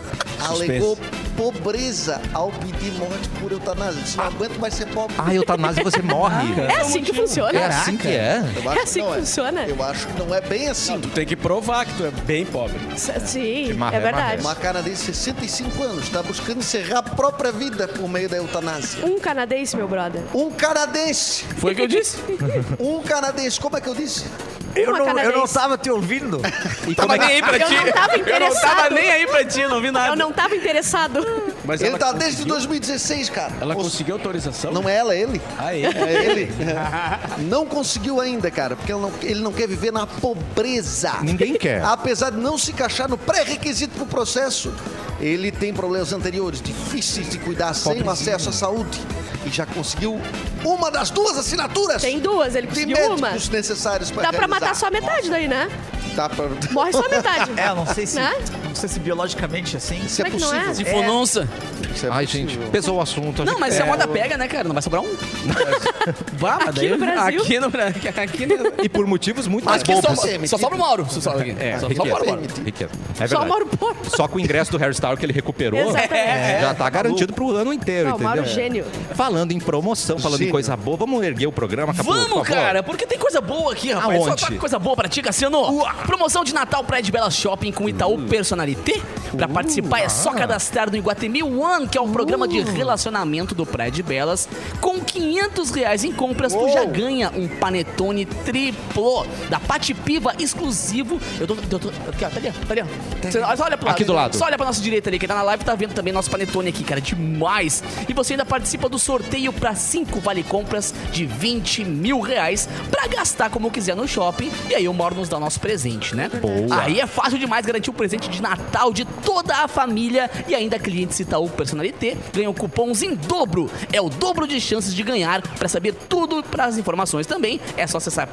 C: alegou pobreza ao pedir morte por eutanásia. Disse, não aguento mais ser pobre.
A: Ah, eutanásia você morre.
E: É assim que funciona.
A: É assim que é.
C: Eu
E: é assim que
C: não
E: funciona?
C: Eu acho que não é bem assim.
D: Tu tem que provar que tu é bem pobre.
E: S- Sim,
A: maré,
E: é verdade.
C: Uma canadense de 65 anos está buscando encerrar a própria vida por meio da eutanásia.
E: Um canadense, meu brother.
C: Um canadense!
B: Foi o que eu disse.
C: Um canadense! Como é que eu disse?
F: Eu
E: Uma
F: não, eu não
E: canadense.
F: tava te ouvindo.
B: E tava nem aí pra
E: Eu
B: ti.
E: não tava
B: eu não tava
E: interessado.
B: nem aí pra ti, não vi nada.
E: Eu não tava interessado.
D: Mas
C: ele
D: ela
C: tá
D: conseguiu-
C: desde 2016, cara.
D: Ela
C: Ou-
D: conseguiu autorização?
C: Não é ela, é ele.
D: Ah, ele.
C: É ele. não conseguiu ainda, cara, porque ele não, ele não quer viver na pobreza.
A: Ninguém quer.
C: Apesar de não se encaixar no pré-requisito pro processo. Ele tem problemas anteriores difíceis de cuidar sem o acesso à saúde e já conseguiu uma das duas assinaturas
E: Tem duas, ele
C: de
E: conseguiu uma.
C: médicos necessários para
E: Dá pra matar só a metade daí, né?
C: Dá pra...
E: Morre só a metade.
H: É, eu não sei se.
E: Né?
H: Não sei se biologicamente assim.
C: Isso é
E: Será que não
C: possível.
E: é?
B: Se for nonça.
C: Isso é
A: Ai,
C: possível.
A: gente, pesou o assunto.
B: Não, mas se a moda pega, né, cara? Não vai sobrar um. Vá, mas
E: Aqui no Brasil?
B: Aqui no Brasil. Aqui no...
A: E por motivos muito é um mais
B: Acho que
A: bons.
B: só,
A: pra ser.
B: só sobra o Mauro. Só, sobra aqui.
A: É,
B: só, só
A: riqueza.
B: sobra o Mauro.
A: Riqueza. É
E: Só
A: verdade.
E: mora um pouco.
A: Só com o ingresso do hairstyle que ele recuperou,
E: Exatamente.
A: já tá garantido pro ano inteiro,
E: Não, o Mauro
A: entendeu?
E: é um gênio.
A: Falando em promoção, falando em
C: Gênio.
A: coisa boa, vamos erguer o programa, acabou, por
B: Vamos,
A: favor.
B: cara, porque tem coisa boa aqui, rapaz. Só
A: Aonde?
B: tá coisa boa pra ti, Cassiano. Promoção de Natal Prédio Bela Shopping com Itaú Personalité. Pra participar é só cadastrar no Iguatemi One, que é o programa de relacionamento do Prédio Belas. Com 500 reais em compras, tu já ganha um panetone triplo da Pati Piva exclusivo. Eu tô... Eu tô aqui, ó, tá ali, ó, tá ali, ó. Você- Olha pra lá.
A: Aqui do lado.
B: Só olha pra nossa direita ali, quem tá na live tá vendo também nosso panetone aqui, cara, demais. E você ainda participa do sorteio pra 5 vale compras de 20 mil reais pra gastar como quiser no shopping. E aí o Mauro nos dá o nosso presente, né?
A: Boa.
B: Aí é fácil demais garantir o presente de Natal de toda a família e ainda clientes Itaú Personalité ganham cupons em dobro. É o dobro de chances de ganhar. Pra saber tudo, para as informações também, é só acessar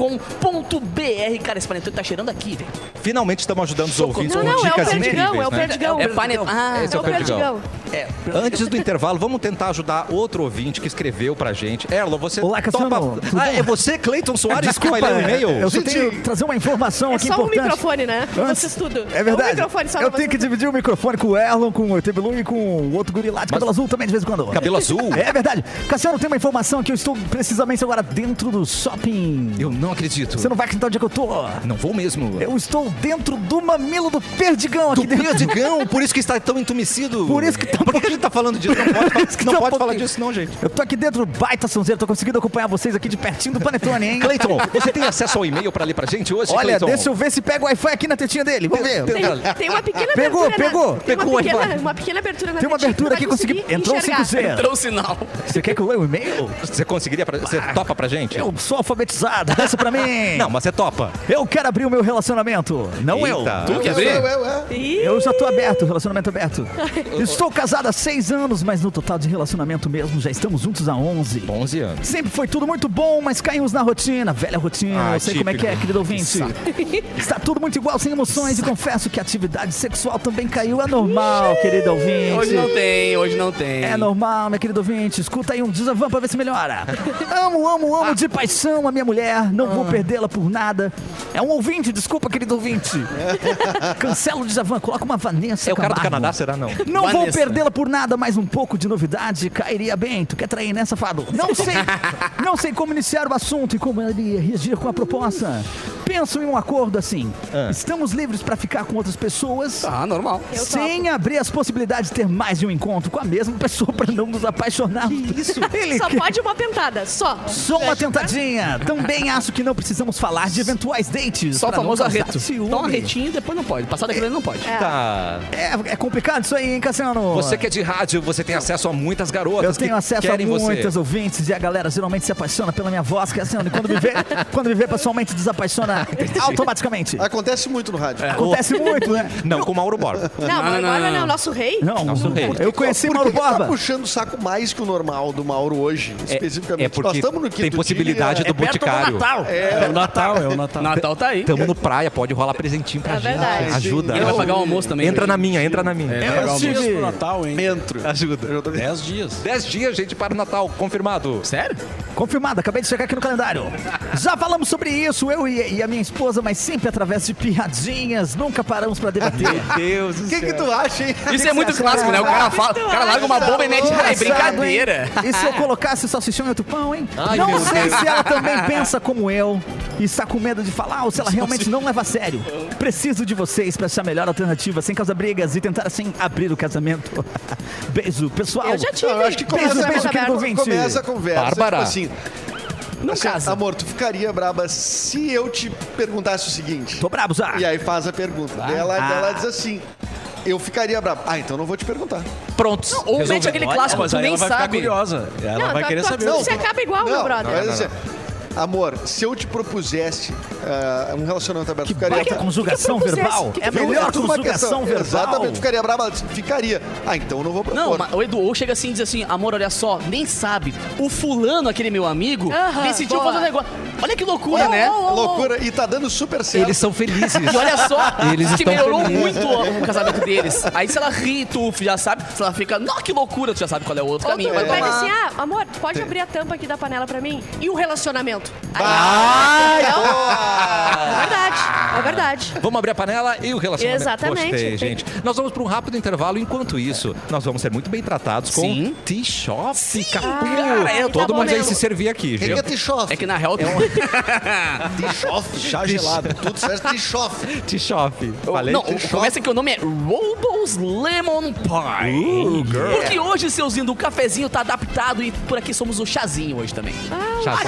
B: praiadebelas.com.br. Cara, esse panetone tá cheirando aqui, velho.
A: Finalmente estamos ajudando os
B: Socorro.
A: ouvintes
E: Não,
A: com
E: não, é o
A: dicas
E: Perdigão,
A: incríveis,
E: é o
A: né?
E: Perdigão.
B: É panetone. Ah,
A: Esse é
E: É
A: o
E: o
A: Perdigão.
E: Perdigão.
B: É.
A: Antes do intervalo, vamos tentar ajudar outro ouvinte que escreveu pra gente. Erlon, você
F: Olá, Cassiano. Tudo
A: Ah,
F: bem?
A: é você, Cleiton Soares, que
F: Desculpa,
A: vai ler o é um e-mail?
F: eu só
C: Gente.
F: tenho que trazer uma informação
E: É
F: aqui
E: só um
F: importante.
E: microfone, né?
F: Antes-
E: Vocês tudo.
F: É verdade.
E: Um microfone só
F: eu
E: pra
F: tenho que
E: vocês.
F: dividir o microfone com o Erlon, com o Tebelu e com o outro guri lá de cabelo azul também de vez em quando.
A: Cabelo azul?
F: É verdade. Cassiano, tem uma informação que eu estou precisamente agora dentro do shopping.
A: Eu não acredito.
F: Você não vai acreditar onde é que eu tô.
A: Não vou mesmo.
F: Eu estou dentro do mamilo do Perdigão aqui
A: Do
F: dentro.
A: Perdigão, por isso que está tão entumecido.
F: Por isso que tá um
A: Por que ele tá falando disso? Não pode, falar-
F: isso que
A: não
F: tá um
A: pode falar
F: pouquinho.
A: disso não, gente.
F: Eu tô aqui dentro do baita sonzeiro, tô conseguindo acompanhar vocês aqui de pertinho do Panetone, hein?
A: Cleiton, você tem acesso ao e-mail pra ler pra gente hoje,
F: Olha,
A: Cleiton?
F: deixa eu ver se pega o Wi-Fi aqui na tetinha dele. Vamos ver.
E: Tem, tem uma pequena
F: Pegou,
E: abertura.
F: pegou,
E: na, tem
A: pegou,
E: uma pequena,
A: vai.
E: uma pequena abertura na
F: Tem uma
E: frente,
F: abertura
E: vai
F: aqui, consegui.
E: conseguir
F: Entrou um
E: enxergar.
F: 5C.
B: Entrou o sinal.
A: um
F: Você quer que eu leia o e-mail?
A: Você conseguiria? Pra... Você topa pra gente?
F: Ah, Eu sou alfabetizado, desce pra mim.
A: Não, mas você topa.
F: Eu quero abrir o meu relacionamento. Não eu.
A: Eita.
B: Tu quer ver?
C: Eu, eu, eu.
E: Ih,
F: Eu já tô aberto, relacionamento aberto. Estou casado há seis anos, mas no total de relacionamento mesmo, já estamos juntos há 11.
A: 11 anos.
F: Sempre foi tudo muito bom, mas caímos na rotina, velha rotina.
A: Ah,
F: eu sei como é que
A: típico.
F: é, querido ouvinte. Está tudo muito igual, sem emoções, e confesso que a atividade sexual também caiu. É normal, querido ouvinte.
B: Hoje não tem, hoje não tem.
F: É normal, meu querido ouvinte. Escuta aí um Djavan pra ver se melhora. Amo, amo, amo de paixão a minha mulher. Não
A: Ah.
F: vou perdê-la por nada. É um ouvinte, desculpa, querido ouvinte. Cancela o Djavan, coloca uma Vanessa
A: É o cara do
F: Camargo.
A: Canadá, será não?
F: Não vou
B: Vanessa.
F: perdê-la por nada, mas um pouco de novidade cairia bem. Tu quer trair, né, safado? Não sei. não sei como iniciar o assunto e como ela iria reagir com a proposta. Penso em um acordo assim.
A: Ah.
F: Estamos livres pra ficar com outras pessoas.
B: Ah, normal.
E: Eu
F: Sem abrir as possibilidades de ter mais de um encontro com a mesma pessoa pra não nos apaixonarmos. isso? Ele
E: Só
F: quer
E: pode uma pentada, só.
F: só uma tentadinha. Também acho que não precisamos falar de eventuais dates.
B: Só o
F: pra não
B: famoso
F: causar
B: arreto.
F: ciúme.
B: Então arretinho depois não pode. Passar daquele não pode.
A: Tá.
F: É, é complicado isso aí, hein, Cassiano?
A: Você que é de rádio, você tem acesso a muitas garotas
F: Eu tenho
A: que
F: acesso a
A: querem
F: muitas
A: você.
F: ouvintes e a galera geralmente se apaixona pela minha voz, Cassiano. E quando me vê, quando me vê pessoalmente, desapaixona automaticamente.
A: É.
C: Acontece muito no rádio.
F: Acontece muito, né?
A: Não, com o Mauro Borba.
E: Não, não,
B: não,
E: agora
B: não.
E: não, nosso rei.
F: Não,
A: Nosso rei.
F: eu conheci
C: Por que
F: Mauro
C: que tá
F: Borba.
C: puxando o saco mais que o normal do Mauro hoje, especificamente.
A: É
C: Nós
A: porque
C: estamos no
A: tem
C: quinto
A: possibilidade
C: dia, né?
A: do Boticário.
D: É o Natal, é o Natal.
B: Natal tá aí.
A: Tamo no praia, pode rolar presentinho pra
E: É
A: gente.
E: verdade.
A: Ajuda.
B: E ele vai pagar o almoço também.
A: Entra
B: né?
A: na minha, entra na minha.
D: É,
F: Eu
D: legal dias
F: tive-
D: pro Natal, hein?
C: Entro. Eu já tô-
D: Dez dias.
A: 10 dias, gente, para o Natal, confirmado.
B: Sério?
F: Confirmado, acabei de chegar aqui no calendário. Já falamos sobre isso, eu e, e a minha esposa, mas sempre através de piadinhas, nunca paramos pra debater.
A: Deus do
C: O que, que tu acha, hein?
B: Isso é muito clássico, né? O cara fala, o cara larga uma bomba e mete. Ai, brincadeira.
F: E se eu colocasse salsichão e outro pão, hein?
A: Ai,
F: não
A: meu
F: sei
A: Deus.
F: se ela também pensa como eu e está com medo de falar ou se ela realmente não leva a sério. Preciso de vocês pra achar a melhor alternativa, sem causar brigas e tentar assim abrir o casamento. Beijo, pessoal.
E: Eu já tive.
C: Não, eu acho que
F: Beijo,
C: começa,
F: beijo, querido
E: aberto.
F: ouvinte.
C: começa a conversa.
A: Bárbara.
C: Tipo assim,
B: Não
C: assim,
B: casa.
C: amor, tu ficaria braba se eu te perguntasse o seguinte.
F: Tô brabo já.
C: E aí faz a pergunta. Daí Ela,
F: Ah.
C: ela diz assim. Eu ficaria brabo. Ah, então não vou te perguntar.
A: Prontos.
B: Ou mete aquele clássico,
D: Mas
B: tu
D: aí
B: nem
D: ela vai ficar
B: sabe. tá-
D: curiosa. Ela
E: Não, tá,
D: vai
E: tu-
D: querer
E: tu-
D: saber.
E: Você acaba igual, meu brother.
C: mas assim, Amor, se eu te propusesse é, um relacionamento aberto
G: Vai
C: ficaria.
F: é
G: que a conjugação verbal. É a melhor
C: Tudo uma
G: conjugação
C: questão-
G: verbal.
C: Exatamente, ficaria brava, ela disse, ficaria. Ah, então eu não vou
B: Não,
C: propor.
B: mas o Edu ou chega assim e diz assim, amor, olha só, nem sabe. O fulano, aquele meu amigo,
E: Aham,
B: decidiu
E: boa.
B: fazer um negócio. Olha que loucura, né?
C: Loucura, e tá dando super certo.
A: Eles são felizes.
B: E olha só,
A: Eles
B: diz que
A: estão
B: melhorou
A: felizes.
B: muito o casamento deles. Aí se ela ri, tu já sabe. Se ela fica, não, que loucura, tu já sabe qual é o outro
E: Ou tu
B: caminho. Vai
E: pega
B: tomar.
E: assim, ah, amor, tu pode abrir a tampa aqui da panela pra mim? E o relacionamento? Aí, então, É verdade, é verdade.
A: Vamos abrir a panela e o relacionamento.
E: Exatamente.
A: Gostei, gente. Nós vamos para um rápido intervalo. Enquanto isso, nós vamos ser muito bem tratados com
B: Sim.
A: T-Shop, Capu.
E: cara, é,
A: Todo
E: tá bom
A: mundo aí
E: mesmo.
A: se servir aqui,
C: Ele é
A: gente.
C: tichof,
B: É que na real,
A: um
B: tu-
C: tichof, chá gelado, tudo certo, tichof.
A: T-Shop. Falei
B: Não,
A: T-Shop.
B: começa que o nome é Robo's Lemon Pie. Porque hoje, seus indo, o cafezinho tá adaptado e por aqui somos o chazinho hoje também.
A: Chazinho,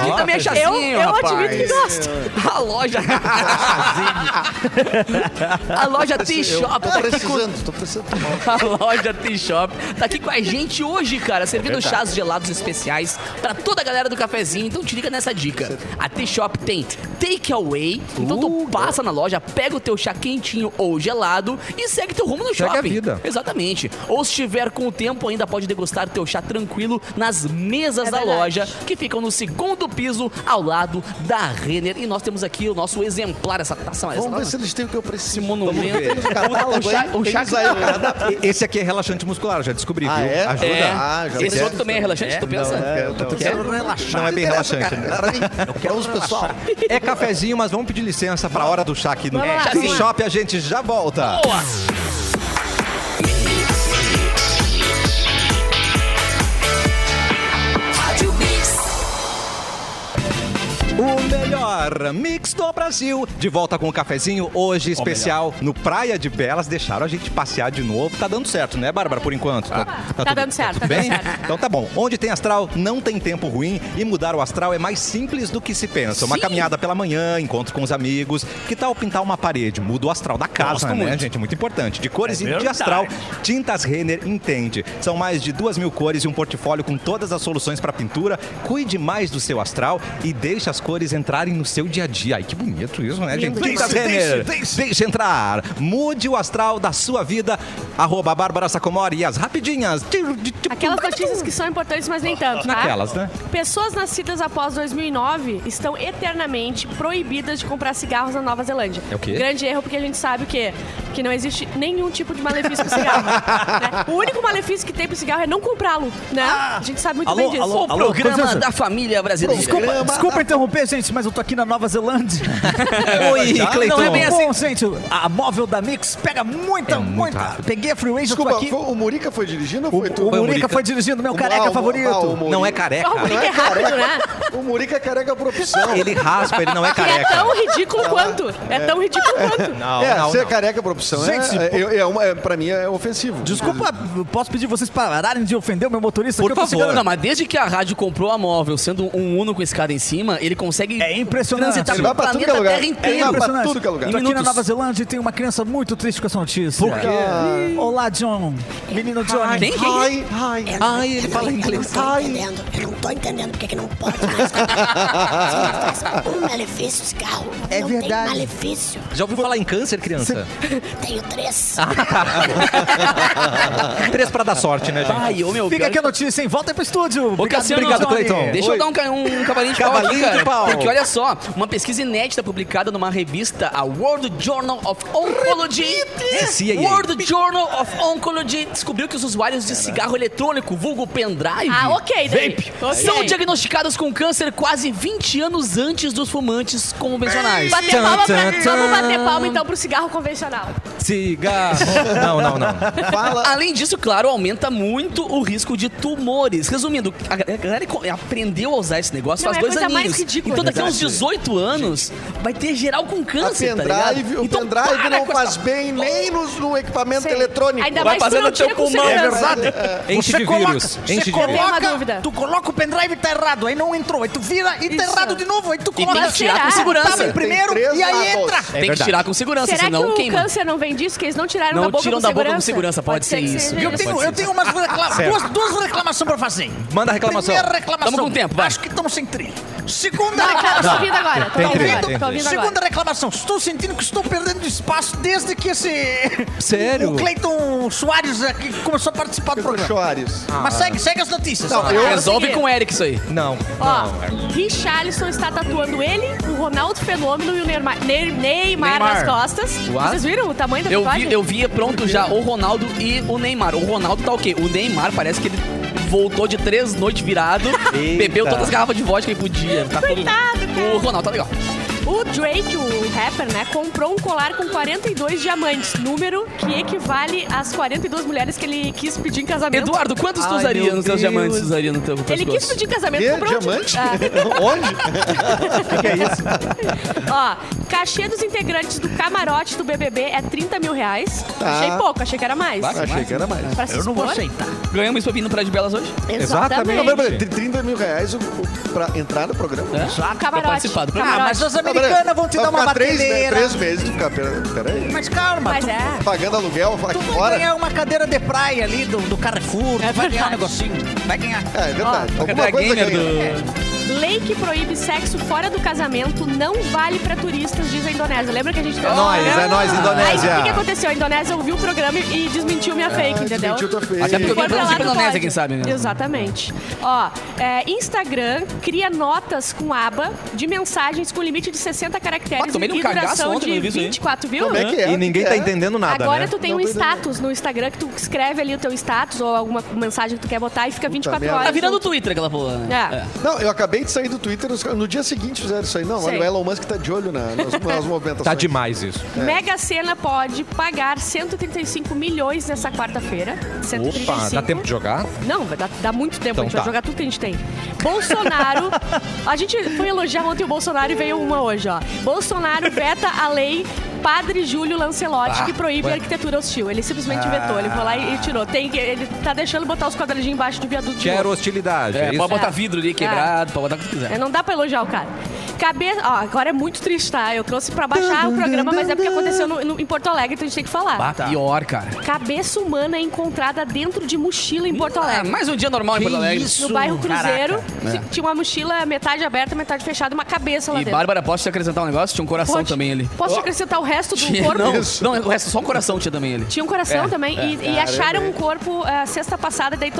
B: aqui também é
A: Tá cafezinho.
B: chazinho,
E: Eu- eu
B: rapaz.
E: admito que gosto.
B: A loja... a loja T-Shop
C: Assim, Tô
B: tá aqui com...
C: precisando, tô precisando tomar.
B: A loja T-Shop tá aqui com a gente hoje, cara, servindo chás gelados especiais pra toda a galera do cafezinho. Então te liga nessa dica. A T-Shop tem takeaway, então tu passa na loja, pega o teu chá quentinho ou gelado e segue teu rumo no
A: Segue a
B: shopping.
A: vida.
B: Exatamente. Ou se tiver com o tempo, ainda pode degustar teu chá tranquilo nas mesas
E: É
B: da
E: verdade.
B: loja, que ficam no segundo piso, ao lado da Renner. E nós temos aqui o nosso exemplar, essa taça, essa
C: Vamos ver se tá. eles têm o que eu preciso.
B: esse monumento.
C: Vamos catar,
B: O chá- o chá-
C: tá eles aí, o tá- catar-
A: Esse aqui é relaxante muscular, eu já descobri,
C: Ah,
A: viu?
C: é?
A: Ajuda.
B: É.
C: Ah, já
B: Esse
C: sei.
B: outro também é relaxante, tu pensa?
C: É, eu tô-
F: Eu quero relaxar.
A: Não é bem relaxante. né?
F: Eu quero os pessoal.
A: É cafezinho, mas vamos pedir licença pra hora do chá aqui no
E: Vamos lá.
A: T-Shop. A gente já volta.
B: Boa!
A: O melhor mix do Brasil. De volta com o cafezinho hoje especial no Praia de Belas. Deixaram a gente passear de novo. Tá dando certo, né, Bárbara, por enquanto? Tá,
E: Tá dando certo, tá dando
A: bem?
E: certo.
A: Então tá bom. Onde tem astral, não tem tempo ruim. E mudar o astral é mais simples do que se pensa. Uma
B: Sim.
A: caminhada pela manhã, encontro com os amigos. Que tal pintar uma parede? Muda o astral da casa, né, gente? Muito importante. De cores e de astral, Tintas Renner entende. São mais de duas mil cores e um portfólio com todas as soluções para pintura. Cuide mais do seu astral e deixe as cores entrarem no seu dia a dia. Ai, que bonito isso, né, gente? Tintas Renner, deixe entrar. Mude o astral da sua vida. Arroba Bárbara Sacomori e as rapidinhas.
E: Aquelas notícias que são importantes, mas nem tanto, tá?
A: Naquelas, né?
E: Pessoas nascidas após 2009 estão eternamente proibidas de comprar cigarros na Nova Zelândia.
A: É o quê?
E: Grande erro, porque a gente sabe o quê? Que não existe nenhum tipo de malefício pro cigarro. né? O único malefício que tem pro cigarro é não comprá-lo, né? a gente sabe muito bem disso.
B: O programa
G: Consenso.
B: da família brasileira.
G: Desculpa, desculpa interromper, gente, mas eu tô aqui na Nova Zelândia.
A: Oi, Cleiton.
G: Não é bem assim. Bom, gente, a móvel da Mix pega muita,
A: muito
G: muita.
A: rápido.
G: Peguei a freeway, já tô
C: É Desculpa,
G: aqui.
C: foi- o Murica foi dirigindo ou
G: O,
C: foi tu?
G: o Murica
A: Murica.
G: foi dirigindo meu
C: O-
G: careca
C: ah, o- ah, o
G: favorito.
C: Murica.
A: Não é
E: Ah, o
A: careca.
E: Murica é rápido, né?
C: O Murica é careca por opção.
A: Ele raspa, ele não é
E: E é
A: careca.
E: tão ridículo quanto. É tão ridículo quanto.
A: Não,
C: é,
A: não,
C: ser
A: não.
C: careca por opção
G: Gente,
C: é, é, é, uma- é, pra mim é ofensivo.
G: Desculpa, posso pedir vocês pararem de ofender o meu motorista?
A: Por
G: que eu tô
A: favor.
G: chegando na-
B: Não, mas desde que a rádio comprou a móvel, sendo um Uno com escada em cima, ele consegue
G: É impressionante.
B: transitar
C: Ele
B: pelo
C: vai pra tudo que
B: planeta
C: é lugar.
B: Terra
C: Ele
B: inteiro.
C: vai pra
G: Impressionante.
C: tudo que é lugar.
G: Tô aqui na
B: Minutos.
G: Nova Zelândia e tem uma criança muito triste com essa notícia. Por
A: quê?
G: Olá, John. Menino Johnny.
B: Quem? Quem? É,
C: Ai, ai.
I: Eu
A: Ai, ele
I: eu
A: fala
I: eu
A: inglês.
I: Não tô
A: Ai.
I: entendendo. Eu não tô entendendo porque que não pode mais. comprar. um malefício esse carro.
G: É
I: não
G: verdade.
I: Tem malefício.
A: Já ouviu falar em câncer, criança? Ah, tá.
I: Tenho três.
A: Três pra dar sorte, né, gente?
B: Ai, ô meu
G: Fica
B: pior
G: aqui a
B: que-
G: notícia, hein? Volta aí pro estúdio.
B: Ô, Cassiano,
A: obrigado,
B: Johnny,
A: Cleiton.
B: Deixa
A: Oi.
B: eu dar um, ca- um cavalinho de pau.
A: Cavalinho
B: aqui, cara,
A: de pau.
B: Porque olha só, uma pesquisa inédita publicada numa revista, a World Journal of Oncology.
A: É CIA.
B: World Journal of Oncology descobriu que os usuários de cigarro eletrônico, vulgo pendrive,
E: Ah, ok, daí.
B: vape,
E: Ok.
B: são diagnosticados com câncer quase 20 anos antes dos fumantes convencionais.
E: Bater
A: Tchan,
E: palma pra-
A: tchan,
E: Vamos bater
A: tchan.
E: palma então pro cigarro convencional.
A: Cigarro. Não, não, não.
C: Fala.
B: Além disso, claro, aumenta muito o risco de tumores. Resumindo, a ga- a galera co- aprendeu a usar esse negócio
E: Não,
B: faz
E: é a
B: dois
E: coisa
B: aninhos.
E: mais ridícula.
B: Então daqui a uns
A: Verdade.
B: 18 anos vai ter geral com
C: A
B: câncer, tá
C: pendrive,
B: ligado?
C: o
B: Então
C: pendrive
B: para
C: não
B: com essa-
C: faz bem nem nos- no equipamento
E: Sei.
C: eletrônico.
E: Ainda
B: Vai
E: mais se
B: fazer no
E: não
B: teu
E: tira com
B: pulmão.
E: segurança.
B: É
A: Enche
F: Você
A: de
F: coloca-
A: vírus.
F: você
A: Enche de
F: coloca-
A: vírus.
E: Eu tenho uma dúvida.
F: Tu coloca o pendrive e tá errado, aí não entrou. Aí tu vira e tá
E: Isso.
F: errado de novo. Aí tu
B: E tem
F: coloca
B: que
E: Mas
B: tirar
E: será?
B: com
F: tava
B: segurança. Tá
F: em primeiro
C: três
F: e aí
C: lados.
F: entra.
A: É
B: Tem que
A: verdade.
B: tirar com segurança,
E: Será que
B: senão
E: o
B: queima.
E: câncer não vem disso? Que eles não tiraram
B: Não
E: da boca
B: tiram
E: com
B: da boca
E: segurança?
B: com segurança, pode ser
E: que
B: isso.
E: seja
B: Eu
F: Eu tenho, eu tenho umas reclama-
A: Certo.
F: duas, duas reclamações pra fazer.
A: Manda a reclamação.
F: Primeira reclamação.
B: Tamo com tempo, vai.
F: Acho que estamos sem trilha. Segunda
E: Não, calma, tô
F: reclamação.
E: ouvindo agora. Tô
A: Tem
E: ouvindo
A: treta,
E: agora.
A: tem
E: Tô ouvindo
F: Segunda
E: agora.
F: reclamação. Estou sentindo que estou perdendo espaço desde que esse.
A: Sério?
F: O Cleiton Soares aqui começou a participar do programa.
C: Chores.
F: Mas segue, segue as notícias.
C: Não,
F: Vamos
C: eu-
F: lá,
B: Resolve
F: seguir.
B: com o Eric isso aí.
A: Não.
E: Ó, Richarlison está tatuando ele, o Ronaldo Fenômeno e o Neymar, Ney- Neymar nas costas.
B: What?
E: Vocês viram o tamanho da
B: Eu
E: tatuagem?
B: vi, eu vi pronto já o Ronaldo e o Neymar. O Ronaldo tá o quê? O Neymar parece que ele voltou de três noites virado, bebeu todas as garrafas de vodka que podia. Tá todo-
E: Coitado, cara.
B: O Ronaldo tá legal.
E: O Drake, o rapper, né, comprou um colar com 42 diamantes, número que equivale às 42 mulheres que ele quis pedir em casamento.
B: Eduardo, quantos tu
F: Ai,
B: usaria
F: meu
B: nos teus
F: Deus.
B: diamantes? Usaria no teu
E: Ele quis
B: pescoço?
E: pedir em casamento,
C: Quê?
E: comprou um-
C: Diamante?
E: Ah.
C: Onde?
F: é
E: Ó, cachê dos integrantes do camarote do BBB é 30 mil reais.
C: Tá.
E: Achei pouco, achei que era mais.
C: Achei que era mais.
E: Pra se
F: Eu não vou
E: expor.
F: aceitar.
B: Ganhamos isso pra vir no Praia de Belas hoje?
A: Exatamente.
C: Não, peraí, peraí, 30 mil reais o- o- pra entrar no programa.
B: Exato. Pra
E: Um Camarote.
B: participar do
F: Ah,
B: programa.
F: mas as
C: Não, peraí.
F: americanas vão te
C: Vai
F: dar uma
C: ficar três, né,
F: batedeira.
C: Três meses tu ficar, pera- peraí.
F: Mas calma,
E: Mas
F: tu,
E: é.
C: Pagando aluguel, fala
F: tu
C: que
F: vai
C: fora.
F: ganhar uma cadeira de praia ali do, do Carrefour.
E: É
F: tu vai ganhar um
E: verdade.
F: negocinho. Vai ganhar.
C: É, é verdade.
B: Cadê a
C: Alguma coisa
B: gamer
C: ganha.
B: do...
E: Lei que proíbe sexo fora do casamento não vale pra turistas, diz a Indonésia. Lembra que a gente...
C: É nóis, é nóis, Indonésia. É,
E: Aí, o que, que aconteceu? A Indonésia ouviu o programa e desmentiu minha fake, entendeu?
C: Desmentiu tua fake.
B: Até porque eu
E: For
B: vim
E: pra lá,
B: produzir pra
E: não
B: Indonésia,
E: pode.
B: quem sabe, né?
E: Exatamente. Ó, é, Instagram cria notas com aba de mensagens com limite de 60 caracteres
B: Ah, tomei um
E: e
B: cagaço
E: duração
B: ontem
E: de
B: quando eu vi isso aí.
E: 24, viu?
C: Como é que é?
A: E ninguém
C: O que
A: tá
C: é?
A: entendendo nada,
E: Agora
A: né?
E: tu tem
C: Não é
E: um
C: tô entendendo.
E: status no Instagram que tu escreve ali o teu status ou alguma mensagem que tu quer botar e fica 24
C: merda.
E: horas.
B: Tá virando o Twitter aquela porra, né?
E: É.
C: Não, eu acabei de sair do Twitter, os caras- no dia seguinte fizeram isso aí. Não,
E: Sei.
C: olha, o Elon Musk tá de olho na- nas, nas movimentações.
A: Tá demais isso.
E: Mega Sena pode pagar 135 milhões nessa quarta-feira. 135.
A: Opa, dá tempo de jogar?
E: Não, vai dar, dá muito tempo.
A: Então
E: a gente
A: tá.
E: vai jogar tudo que a gente tem. Bolsonaro. a gente foi elogiar ontem o Bolsonaro e veio uma hoje, ó. Bolsonaro veta a lei. Padre Júlio Lancelotti,
A: Ah,
E: que proíbe a arquitetura hostil. Ele simplesmente vetou, ele foi lá e, e tirou. Tem, que- ele tá deixando botar os quadradinhos embaixo do viaduto. de
A: Quero
E: novo.
A: hostilidade.
B: É,
A: é isso?
B: pode botar vidro ali quebrado, pode botar o que tu
E: É,
B: quiser.
E: não dá pra elogiar o cara. Cabeça. Ó, agora é muito triste, tá? Eu trouxe pra baixar o programa, mas é porque aconteceu no- no- em Porto Alegre, então a gente tem que falar.
B: Ah, pior, cara.
E: Cabeça humana é encontrada dentro de mochila em Porto
B: Ah,
E: Alegre.
B: mais um dia normal em Porto Alegre.
F: isso?
E: No bairro Cruzeiro,
F: Caraca.
E: se- tinha uma mochila metade aberta, metade fechada, uma cabeça lá
B: E
E: dentro.
B: Bárbara, posso te acrescentar um negócio? Tinha um coração
E: Pode-
B: também ali.
E: Posso te acrescentar o resto do
B: Tinha-
E: corpo?
B: Não, não, o resto, só um coração tinha também ele.
E: Tinha um coração
B: É,
E: também e, e acharam um corpo eh, sexta passada, daí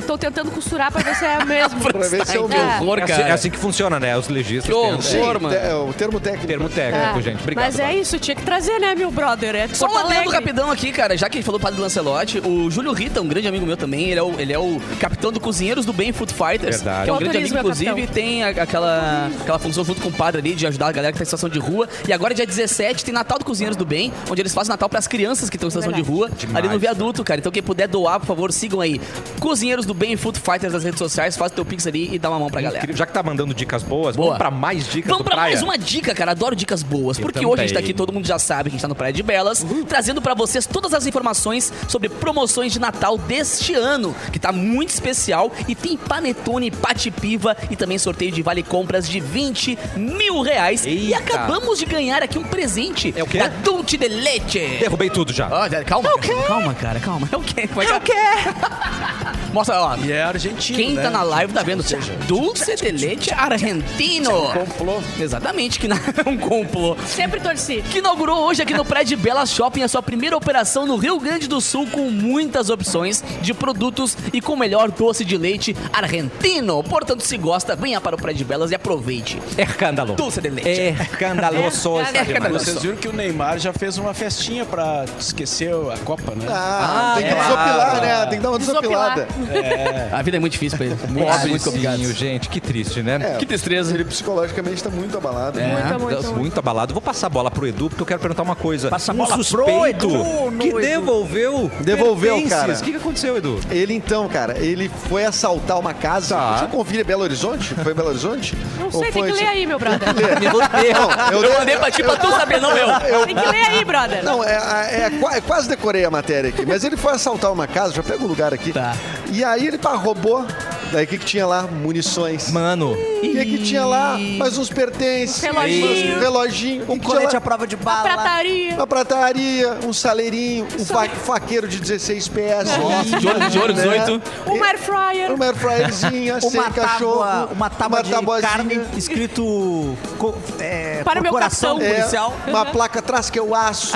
E: estão tentando costurar pra ver se é o mesmo.
C: Pra ver se é o
B: Que
C: meu.
E: É.
B: horror,
A: É assim,
B: cara.
A: é assim que funciona, né? Os legistas.
B: Que
A: têm-
B: horror.
C: Sim,
B: Porra, mano.
C: é o termo técnico.
A: Termo técnico,
E: É.
A: gente. Obrigado.
E: Mas é isso, tinha que trazer, né, meu brother? É
B: Só um
E: Porto
B: adendo
E: Alegre.
B: rapidão aqui, cara, já que ele falou do Padre Lancelotti, o Júlio Rita, um grande amigo meu também, ele é o, ele é o capitão do Cozinheiros do Bem Food Fighters,
A: Verdade.
B: que é um
E: Eu
B: grande amigo,
E: autorizo meu
B: inclusive, e
E: capitão.
B: tem a- aquela, aquela função junto com o padre ali, de ajudar a galera que tá em situação de rua. E agora, dia 17, tem Natal do Cozinheiros do Bem, onde eles fazem Natal pras crianças que estão em situação de
E: Verdade.
B: rua, ali no viaduto, cara. Então, quem puder doar, por favor, sigam aí. Cozinheiros do Bem e Food Fighters nas redes sociais, faz o teu pix ali e dá uma mão pra galera.
A: Incrível. Já que tá mandando dicas boas,
B: Boa.
A: vamos pra mais dicas
B: Vamos
A: do
B: pra
A: praia.
B: mais uma dica, cara. Adoro dicas boas. porque hoje a gente tá
A: também.
B: aqui, todo mundo já sabe que a gente tá no Praia de Belas, trazendo pra vocês todas as informações sobre promoções de Natal deste ano, que tá muito especial. E tem panetone, patipiva e também sorteio de vale compras de 20 mil reais. E
A: Eita.
B: acabamos de ganhar aqui um presente
A: É o quê?
B: da Dulce de Leite.
A: Derrubei tudo já.
B: Ó, calma, cara, calma, cara, calma. É o quê? Como É o quê? Mostra, ó.
D: E é argentino,
B: Quem
D: né?
B: tá na live tá vendo. Dulce de leite argentino.
D: É um Complô.
B: Exatamente, que na... um complô.
E: Sempre torci.
B: Que inaugurou hoje aqui no Prédio Bela Shopping a sua primeira operação no Rio Grande do Sul com muitas opções de produtos e com o melhor doce de leite argentino. Portanto, se gosta, venha para o Prédio Belas e aproveite.
A: Escândalo.
B: Dulce de leite.
A: Escandaloso.
E: É,
A: demais.
B: escandaloso.
D: Vocês viram que o Neymar já fez uma festinha pra esquecer a Copa, né?
C: Ah, tem que
B: é.
C: desopilar, né? Tem que dar uma
E: Desopilar.
C: desopilada.
B: A vida é muito difícil pra ele. Muito, muito complicado.
A: Pobrezinho, gente. Que triste,
C: É.
A: né?
B: Que tristeza.
C: Ele psicologicamente tá muito abalado.
B: É,
E: Muito, né?
A: Deus,
E: muito, muito.
A: muito abalado. Vou passar a bola pro Edu, porque eu quero perguntar uma coisa.
F: Passa a
A: um
F: bola pro
A: suspeito
F: Edu, no
A: que
F: Edu.
A: devolveu.
C: Devolveu,
A: pertences.
C: cara.
A: O que que aconteceu, Edu?
C: Ele então, cara, ele foi assaltar uma casa.
A: Tá.
C: Você confia em é Belo Horizonte? Foi em Belo Horizonte?
E: Não
C: Ou
E: sei, tem
C: foi- É.
E: que ler aí, meu brother.
C: Não, eu,
B: Eu mandei pra ti pra tu saber, não eu.
E: Tem que ler aí, brother.
C: Não, é, é- é qua- é quase decorei a matéria aqui. Mas ele foi assaltar uma casa, já pega o lugar aqui.
B: Tá.
C: E aí ele pá, roubou. Daí o que, que tinha lá? Munições.
A: Mano,
C: O que, que tinha lá? Mais uns pertences.
E: Um reloginho.
C: Um reloginho.
F: Um
C: O que tinha
F: colete
C: lá?
F: à prova de
E: A
F: bala.
E: prataria.
C: Uma prataria, um saleirinho, um fa- faqueiro de 16 PS.
B: Nossa, de ouro- de ouro,
C: Né?
B: 18.
E: Uma um air fryer.
C: Uma airfryerzinha,
F: Uma
C: sem cachorro.
F: tábua, uma tábua de
C: tabuazinha.
F: carne escrito co- é,
E: Para o meu
F: coração
E: capitão.
C: É,
F: policial.
C: uma placa atrás que eu aço.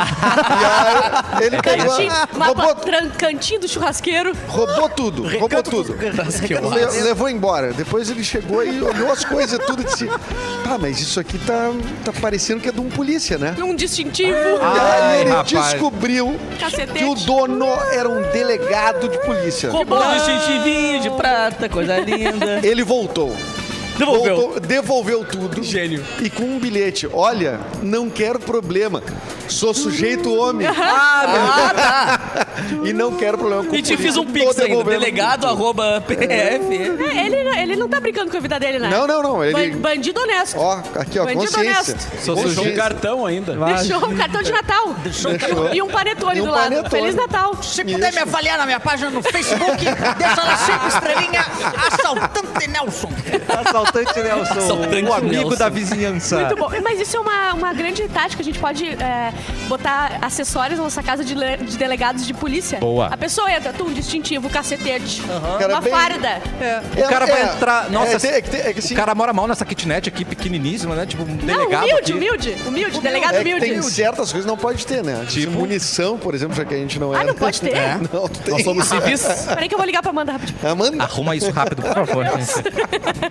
C: e aí,
F: É
C: ele pegou,
E: Cantinho, mapa,
C: roubou,
E: tran- cantinho do churrasqueiro.
C: roubou tudo, roubou
F: Recanto-
C: tudo.
F: Recanto-
C: Le- levou embora. Depois ele chegou e olhou as coisas tudo e disse: Pá, mas isso aqui tá, tá parecendo que é de um polícia, né?
E: Um distintivo.
C: E aí ele
A: rapaz.
C: descobriu
E: Cacetete.
C: que o dono era um delegado de polícia.
B: Roubou um distintivinho de prata, coisa linda.
C: Ele voltou.
B: Devolveu.
C: Voltou, devolveu tudo.
B: Gênio.
C: E com um bilhete. Olha, não quero problema. Sou sujeito homem.
B: Ah, meu.
A: tá.
C: e não quero problema com
B: E te
C: polícia.
B: fiz um
C: Tô
B: pix ainda.
C: devolvendo
B: Delegado,
C: tudo.
B: arroba, PF.
E: É, ele, ele não tá brincando com a vida dele, né?
C: Não, não, não. Ele.
E: Ban- Bandido honesto.
C: Ó, aqui, ó,
E: Bandido
C: consciência.
E: honesto.
D: Só sujou um
C: Consciência.
D: cartão ainda.
E: Deixou um cartão de Natal.
C: Deixou.
E: E um panetone
C: E um
E: do lado.
C: panetone.
E: Feliz Natal.
F: Se puder me avaliar na minha página no Facebook, deixa lá cinco estrelinha, assaltante Nelson.
A: assaltante Nelson,
B: Assaltante
A: o amigo
B: Nelson.
A: da vizinhança.
E: Muito bom. Mas isso é uma, uma grande tática. A gente pode é, botar acessórios na nossa casa de, le- de delegados de polícia.
A: Boa.
E: A pessoa entra, tu, um distintivo, cacetete,
C: Cara,
E: uma
C: bem-
E: farda.
A: O cara vai entrar- nossa,
C: é, é que tem- é que
A: O
C: assim,
A: cara mora mal nessa kitnet aqui, pequeniníssima, né? Tipo, um
E: Não,
A: delegado
E: humilde,
A: aqui.
E: humilde, humilde, delegado
C: é que
E: humilde.
C: tem certas coisas que não pode ter, né? Tipo munição, por exemplo, já que a gente não é.
E: Ah, não pode ter?
C: Não tem. Ah,
B: Nós somos civis.
E: Peraí que eu vou ligar pra Amanda rapidinho.
C: Amanda,
A: Arruma isso rápido, por favor, gente.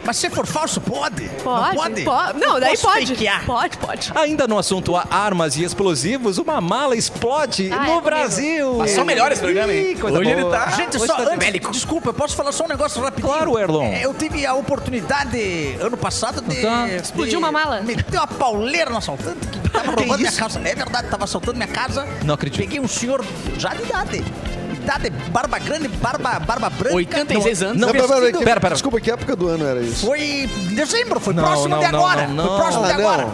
F: Mas se for falso, pode.
E: Pode?
F: Não pode?
E: pode. Não, daí
F: posso
E: pode.
F: fakear.
E: Pode, pode.
A: Ainda no assunto a armas e explosivos, uma mala explode
E: Ah, é
A: no
E: comigo.
A: Brasil.
B: Mas são melhores programa, hein?
A: Ih, coisa
B: Hoje ele
A: boa.
B: tá-
F: Gente,
B: Hoje
F: só
B: tá
F: antes,
B: bélico.
F: desculpa, eu posso falar só um negócio rapidinho?
A: Claro, Erlon.
F: É, Eu eh, tive a oportunidade, ano passado, de...
A: Tá.
F: de-
E: Explodiu uma mala.
F: Meteu uma pauleira no assaltante que tava roubando minha casa. É verdade, tava assaltando minha casa.
A: Não acredito.
F: Peguei um senhor já de idade. Idade, barba grande, barba, barba branca.
B: 86 anos.
A: Não,
C: Não, pera, pera,
A: pesquisa-
C: que-
A: pera, pera.
C: Desculpa, que época do ano era isso?
F: Foi em dezembro, foi
A: Não,
F: próximo
A: não,
F: de
A: não,
F: agora.
A: não, não.
F: Foi próximo de
C: Ah, não.
F: agora.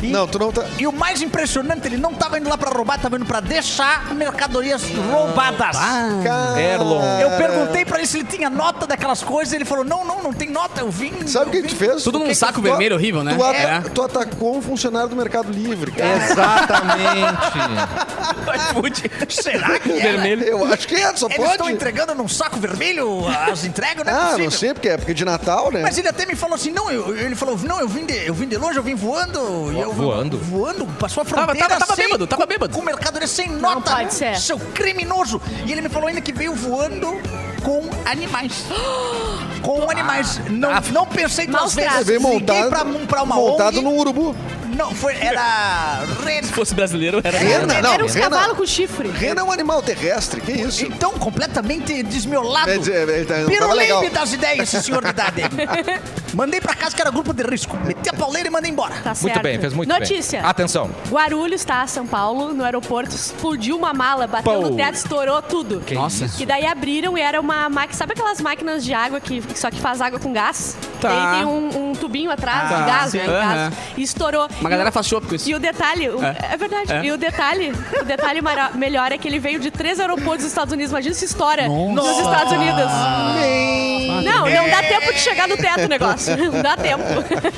F: E-
C: Não, tu não tá.
F: E o mais impressionante, ele não tava indo lá pra roubar, tava indo pra deixar mercadorias roubadas.
C: Cara,
A: Erlon.
F: Eu perguntei pra ele se ele tinha nota daquelas coisas, ele falou: não, não, não tem nota, eu vim.
C: Sabe o que
F: eu
C: a gente
F: vim."
C: fez?
B: Tudo
C: O
B: num
C: que
B: saco
C: que tu-
B: vermelho horrível, né?
C: Tu, ata-
B: É.
C: tu atacou um funcionário do Mercado Livre, cara.
A: Exatamente.
F: Será que é?
B: Vermelho.
C: Eu acho que é, só
F: Eles
C: pode.
F: estão entregando num saco vermelho as entregas, não é
C: Ah,
F: possível.
C: não sei, porque é época de Natal, né?
F: Mas ele até me falou assim, não, eu- ele falou, não, eu vim de, eu vim de longe, eu vim voando. e eu,
A: voando?
F: Voando, passou a fronteira
B: tava- tava
F: sem-
B: bêbado, tava
F: com-
B: bêbado.
F: Com mercadoria sem nota.
E: pode ser.
F: Seu criminoso. E ele me falou ainda que veio voando com animais. Com animais. Não, não pensei duas
E: Maus
F: vezes.
E: tratos.
C: Veio montado,
F: Liguei pra, um, pra uma
C: montado
F: ONG.
C: num urubu.
F: Não, foi, era...
B: Se
F: rena.
B: fosse brasileiro,
F: É,
B: era.
C: Rena, não.
E: Era uns
C: rena-
E: cavalos com chifre.
C: Rena é um animal terrestre, que isso?
F: Então, completamente desmiolado.
C: Quer dizer, ele tá- tava legal.
F: Piruleibe das ideias, esse senhor de idade. Mandei pra casa que era grupo de risco. Meti a pauleira e mandei embora.
E: Tá certo.
A: Muito bem, fez muito
E: Notícia.
A: bem. Atenção.
E: Guarulhos, tá? São Paulo, no aeroporto, explodiu uma mala, bateu
A: Pou.
E: no teto, estourou tudo.
B: Nossa.
E: E daí abriram e era uma máquina. Sabe aquelas máquinas de água que que só que faz água com gás?
B: Tá.
E: E aí tem um, um tubinho atrás
B: Tá.
E: de gás, né?
B: Sim.
E: no caso.
B: Aham.
E: E estourou.
B: Uma
E: E
B: galera
E: o-
B: faz show com isso.
E: E o detalhe, o-
B: É.
E: é, verdade.
B: É.
E: E o detalhe, o detalhe mara- melhor é que ele veio de três aeroportos dos Estados Unidos. Imagina se estoura nos Estados Unidos. Não, não dá tempo de chegar no teto o negócio. Não dá tempo.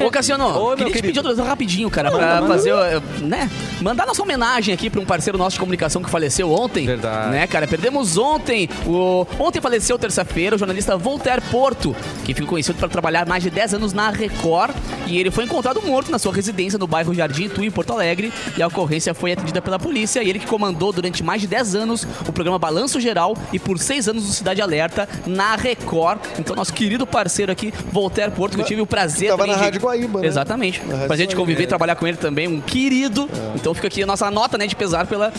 B: Ô, Cassiano,
A: Ô, meu
B: queria te
A: querido.
B: pedir outra rapidinho, cara, pra fazer, eh, né? Mandar nossa homenagem aqui pra um parceiro nosso de comunicação que faleceu ontem.
A: Verdade.
B: Né, cara? Perdemos ontem. O... Ontem faleceu, terça-feira, o jornalista Voltaire Porto, que ficou conhecido por trabalhar mais de 10 anos na Record. E ele foi encontrado morto na sua residência no bairro Jardim Itu, em Porto Alegre. E a ocorrência foi atendida pela polícia. E ele que comandou durante mais de 10 anos o programa Balanço Geral e por 6 anos o Cidade Alerta na Record. Então, nosso querido parceiro aqui, Voltaire Porto, que eu tive o prazer
C: Tava
B: também
C: na
B: de-
C: Rádio Guaíba, né?
B: Exatamente. Exatamente.
C: Arrasou,
B: Prazer de conviver
C: é.
B: e trabalhar com ele também, um querido. Então fica aqui a nossa nota, né, de pesar pela.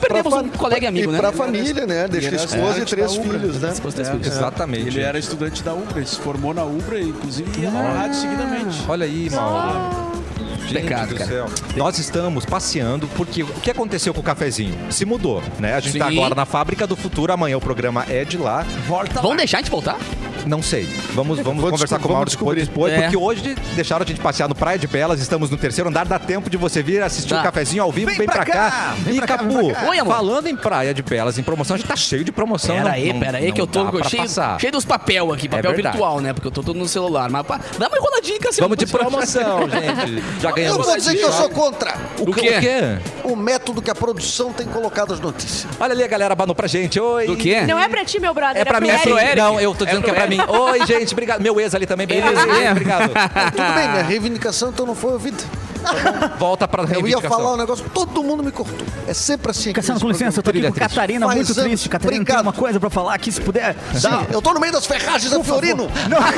B: Perdemos
C: fa-
B: um colega e amigo,
C: e
B: né?
C: pra família, né? Deixa esposa e
B: tá
C: três
B: um
C: filhos, né?
B: Se fosse três filhos.
A: Exatamente.
D: Ele
B: é
D: era estudante da Ubra, ele se formou na Ubra, inclusive ia na rádio seguidamente.
A: Olha aí, Mauro. Gente
B: Pecado,
A: do
B: cara.
A: céu. Nós estamos passeando porque o que aconteceu com o cafezinho? Se mudou, né? A gente tá
B: Sim.
A: agora na fábrica do futuro, amanhã o programa é de lá.
B: Vamos deixar a gente voltar?
A: Não, Não sei. Vamos, vamos
C: Vou
A: conversar
C: desco-
A: com o Mauro
C: vamos
A: depois,
C: descobrir.
A: depois
B: É.
A: porque hoje deixaram a gente passear no Praia de Belas, estamos no terceiro andar, dá tempo de você vir assistir o
B: Tá.
A: cafezinho ao vivo, vem, pra, cá. E Capu,
B: Oi, amor.
A: falando em Praia de Belas, em promoção, a gente tá cheio de promoção.
B: Pera
A: não-
B: aí,
A: não-
B: pera aí, que
A: não
B: eu tô
A: dá pra
B: cheio,
A: passar. É
B: cheio dos papel aqui, papel
A: verdade.
B: virtual, né? Porque eu tô todo no celular. Mas pá, dá uma enroladinha, Cassiano.
A: Vamos de promoção, gente. Já
C: Eu
A: ganhamos.
C: vou dizer que eu
A: já.
C: sou contra
A: O,
B: O
A: que-
B: quê?
A: o quê?
C: o método que a produção tem colocado as notícias.
A: Olha ali a galera abanou pra gente. Oi.
B: Do quê?
E: Não é pra ti, meu brother.
A: É pra mim,
E: pro
A: é pro
E: Eric.
A: Eric. Não, eu tô
B: É
A: dizendo que é
B: pro
A: pra mim.
B: Eric.
A: Oi, gente, obrigado. Meu ex ali também,
B: Eles
A: beleza.
B: mesmo.
A: Obrigado.
C: Tudo bem, minha reivindicação então não foi ouvida.
A: Volta pra
C: Eu ia
A: reivindicação.
C: falar um negócio, todo mundo me cortou. É sempre assim. aqui
G: Cassiano,
C: nesse
G: com licença, eu tô aqui
A: Trilha
G: com
A: triste.
G: Catarina,
C: Faz
G: muito
C: anos.
G: triste. Catarina tem
C: Obrigado.
G: uma coisa pra falar aqui, se puder.
C: programa. Sim, Eu tô no meio das ferragens da Fiorino.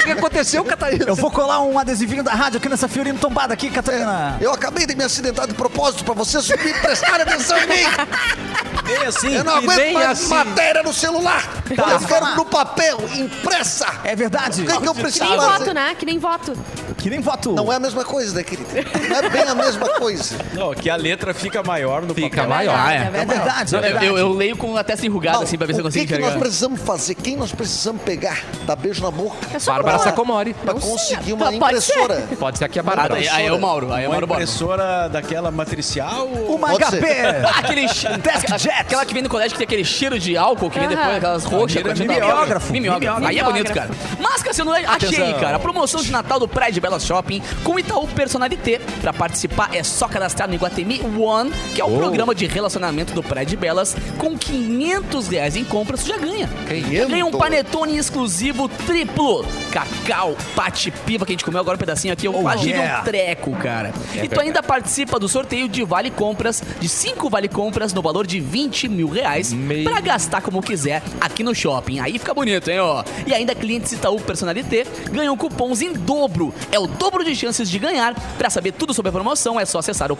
A: O que aconteceu, Catarina?
G: Eu vou colar um adesivinho da rádio aqui nessa Fiorino tombada aqui, Catarina.
C: Eu acabei de me acidentar de propósito pra vocês me prestarem atenção em mim.
D: É assim,
C: Eu não
D: e
C: aguento
D: nem
C: mais
D: assim.
C: matéria no celular.
G: Tá.
C: Eu quero no papel, impressa.
G: É verdade.
C: O que, é que eu
E: Que
C: preciso
E: nem
C: fazer?
E: voto, né? Que nem voto.
G: Que nem voto.
C: Não é a mesma coisa, né, querida? Não é bem a mesma coisa.
D: Não, que a letra fica maior no
A: Fica
D: papel.
A: maior.
B: Ah, é.
G: É verdade, é
B: Eu,
G: verdade.
B: eu- eu leio com a testa enrugada,
C: Não,
B: assim, pra ver se eu
C: o
B: consigo
C: que, que nós
B: enxergar.
C: precisamos fazer? Quem nós precisamos pegar? Dar beijo na boca?
E: É só
A: Bárbara
E: boa.
A: Sacomori.
C: Pra
E: Não sei,
C: conseguir uma
E: pode ser.
C: impressora.
A: Pode ser aqui a
B: Ah,
A: Bárbara.
B: daí- aí é o Mauro, aí é o
D: Uma
B: Mauro Borba.
D: impressora daquela matricial ou...
G: Uma
C: Pode
G: HP.
B: Ah, aquele chi- aquela- Aquela que vem no colégio que tem aquele cheiro de álcool que vem
E: Aham.
B: depois, aquelas roxas.
D: Mira-
B: quando a gente-
D: mimeógrafo.
B: Mimeógrafo. Aí é bonito, cara. Mas, Cassiano, é, achei, cara. A promoção de Natal do Praia de Belas Shopping com Itaú Personalité. Pra participar é só cadastrar no Iguatemi One, que é o programa de relacionamento do Praia de Belas. Com 500 reais em compras, você já ganha. Já Ganha um
C: 500?
B: panetone exclusivo triplo. Cacau, pate piva, que a gente comeu agora um pedacinho aqui. Eu quase tive um
G: yeah.
B: treco, cara. e tu ainda participa do sorteio de vale compras, de 5 vale compras no valor de 20 mil reais
A: Meu.
B: pra gastar como quiser aqui no shopping. Aí fica bonito, hein, ó. E ainda clientes Itaú Personalité ganham cupons em dobro. É o dobro de chances de ganhar. Pra saber tudo sobre a promoção, é só acessar o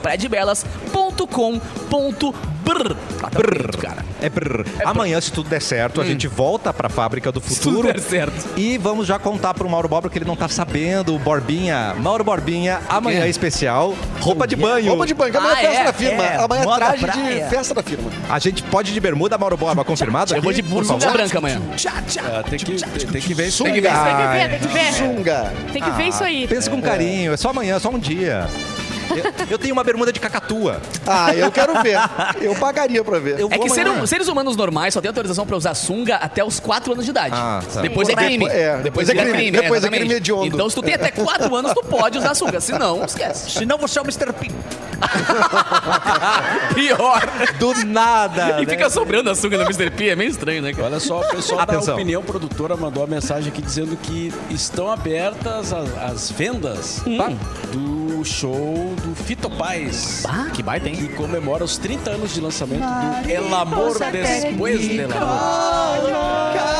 B: predibelas.com.br. Tá bonito, cara.
A: É brrr. Amanhã, se tudo der certo, a gente volta pra Fábrica do Futuro.
B: tudo der certo.
A: E vamos já contar pro Mauro Borba que ele não tá sabendo. O Borbinha. Mauro Borbinha, amanhã é especial. Roupa de banho.
C: Roupa de banho, amanhã
B: Ah,
C: é festa
B: é,
C: da firma.
G: é.
C: Amanhã é
G: Moda
C: traje
G: praia.
C: de festa da firma.
A: A gente pode ir de bermuda, Mauro Borba, confirmado?
B: Eu vou
A: aqui?
B: de
A: Por
B: blusa
A: favor.
B: branca amanhã.
D: Ah, tem, que, tem, tem que ver isso
E: Tem
D: aí.
E: que ver,
A: Ai,
E: tem que ver, tem que ver.
C: Zunga.
E: Tem que ver isso aí.
A: Pensa com carinho, é só amanhã, só um dia. Eu, eu tenho uma bermuda de cacatua.
C: Ah, eu quero ver. Eu pagaria pra ver.
A: Eu
B: É
A: vou
B: que ser-
A: amanhã.
B: seres, humanos normais só têm autorização pra usar sunga até os 4 anos de idade.
A: Ah, tá.
B: Depois é
C: Depois-
B: crime.
C: é, depois é crime, depois é
B: exatamente.
C: crime hediondo.
B: Então, se tu tem até 4 anos, tu pode usar sunga. Se não, esquece.
F: Senão você é o Mr. Pink.
B: Pior.
A: Do
C: Ah,
A: nada.
B: E
A: né?
B: fica sobrando a sunga no Mr. P. É meio estranho, né, cara?
D: Olha só, o pessoal
A: Atenção.
D: da Opinião Produtora mandou uma mensagem aqui dizendo que estão abertas as, as vendas tá? do show do Fito Paz,
B: Ah, que baita, hein?
D: que comemora os 30 anos de lançamento do El Amor Después del Amor.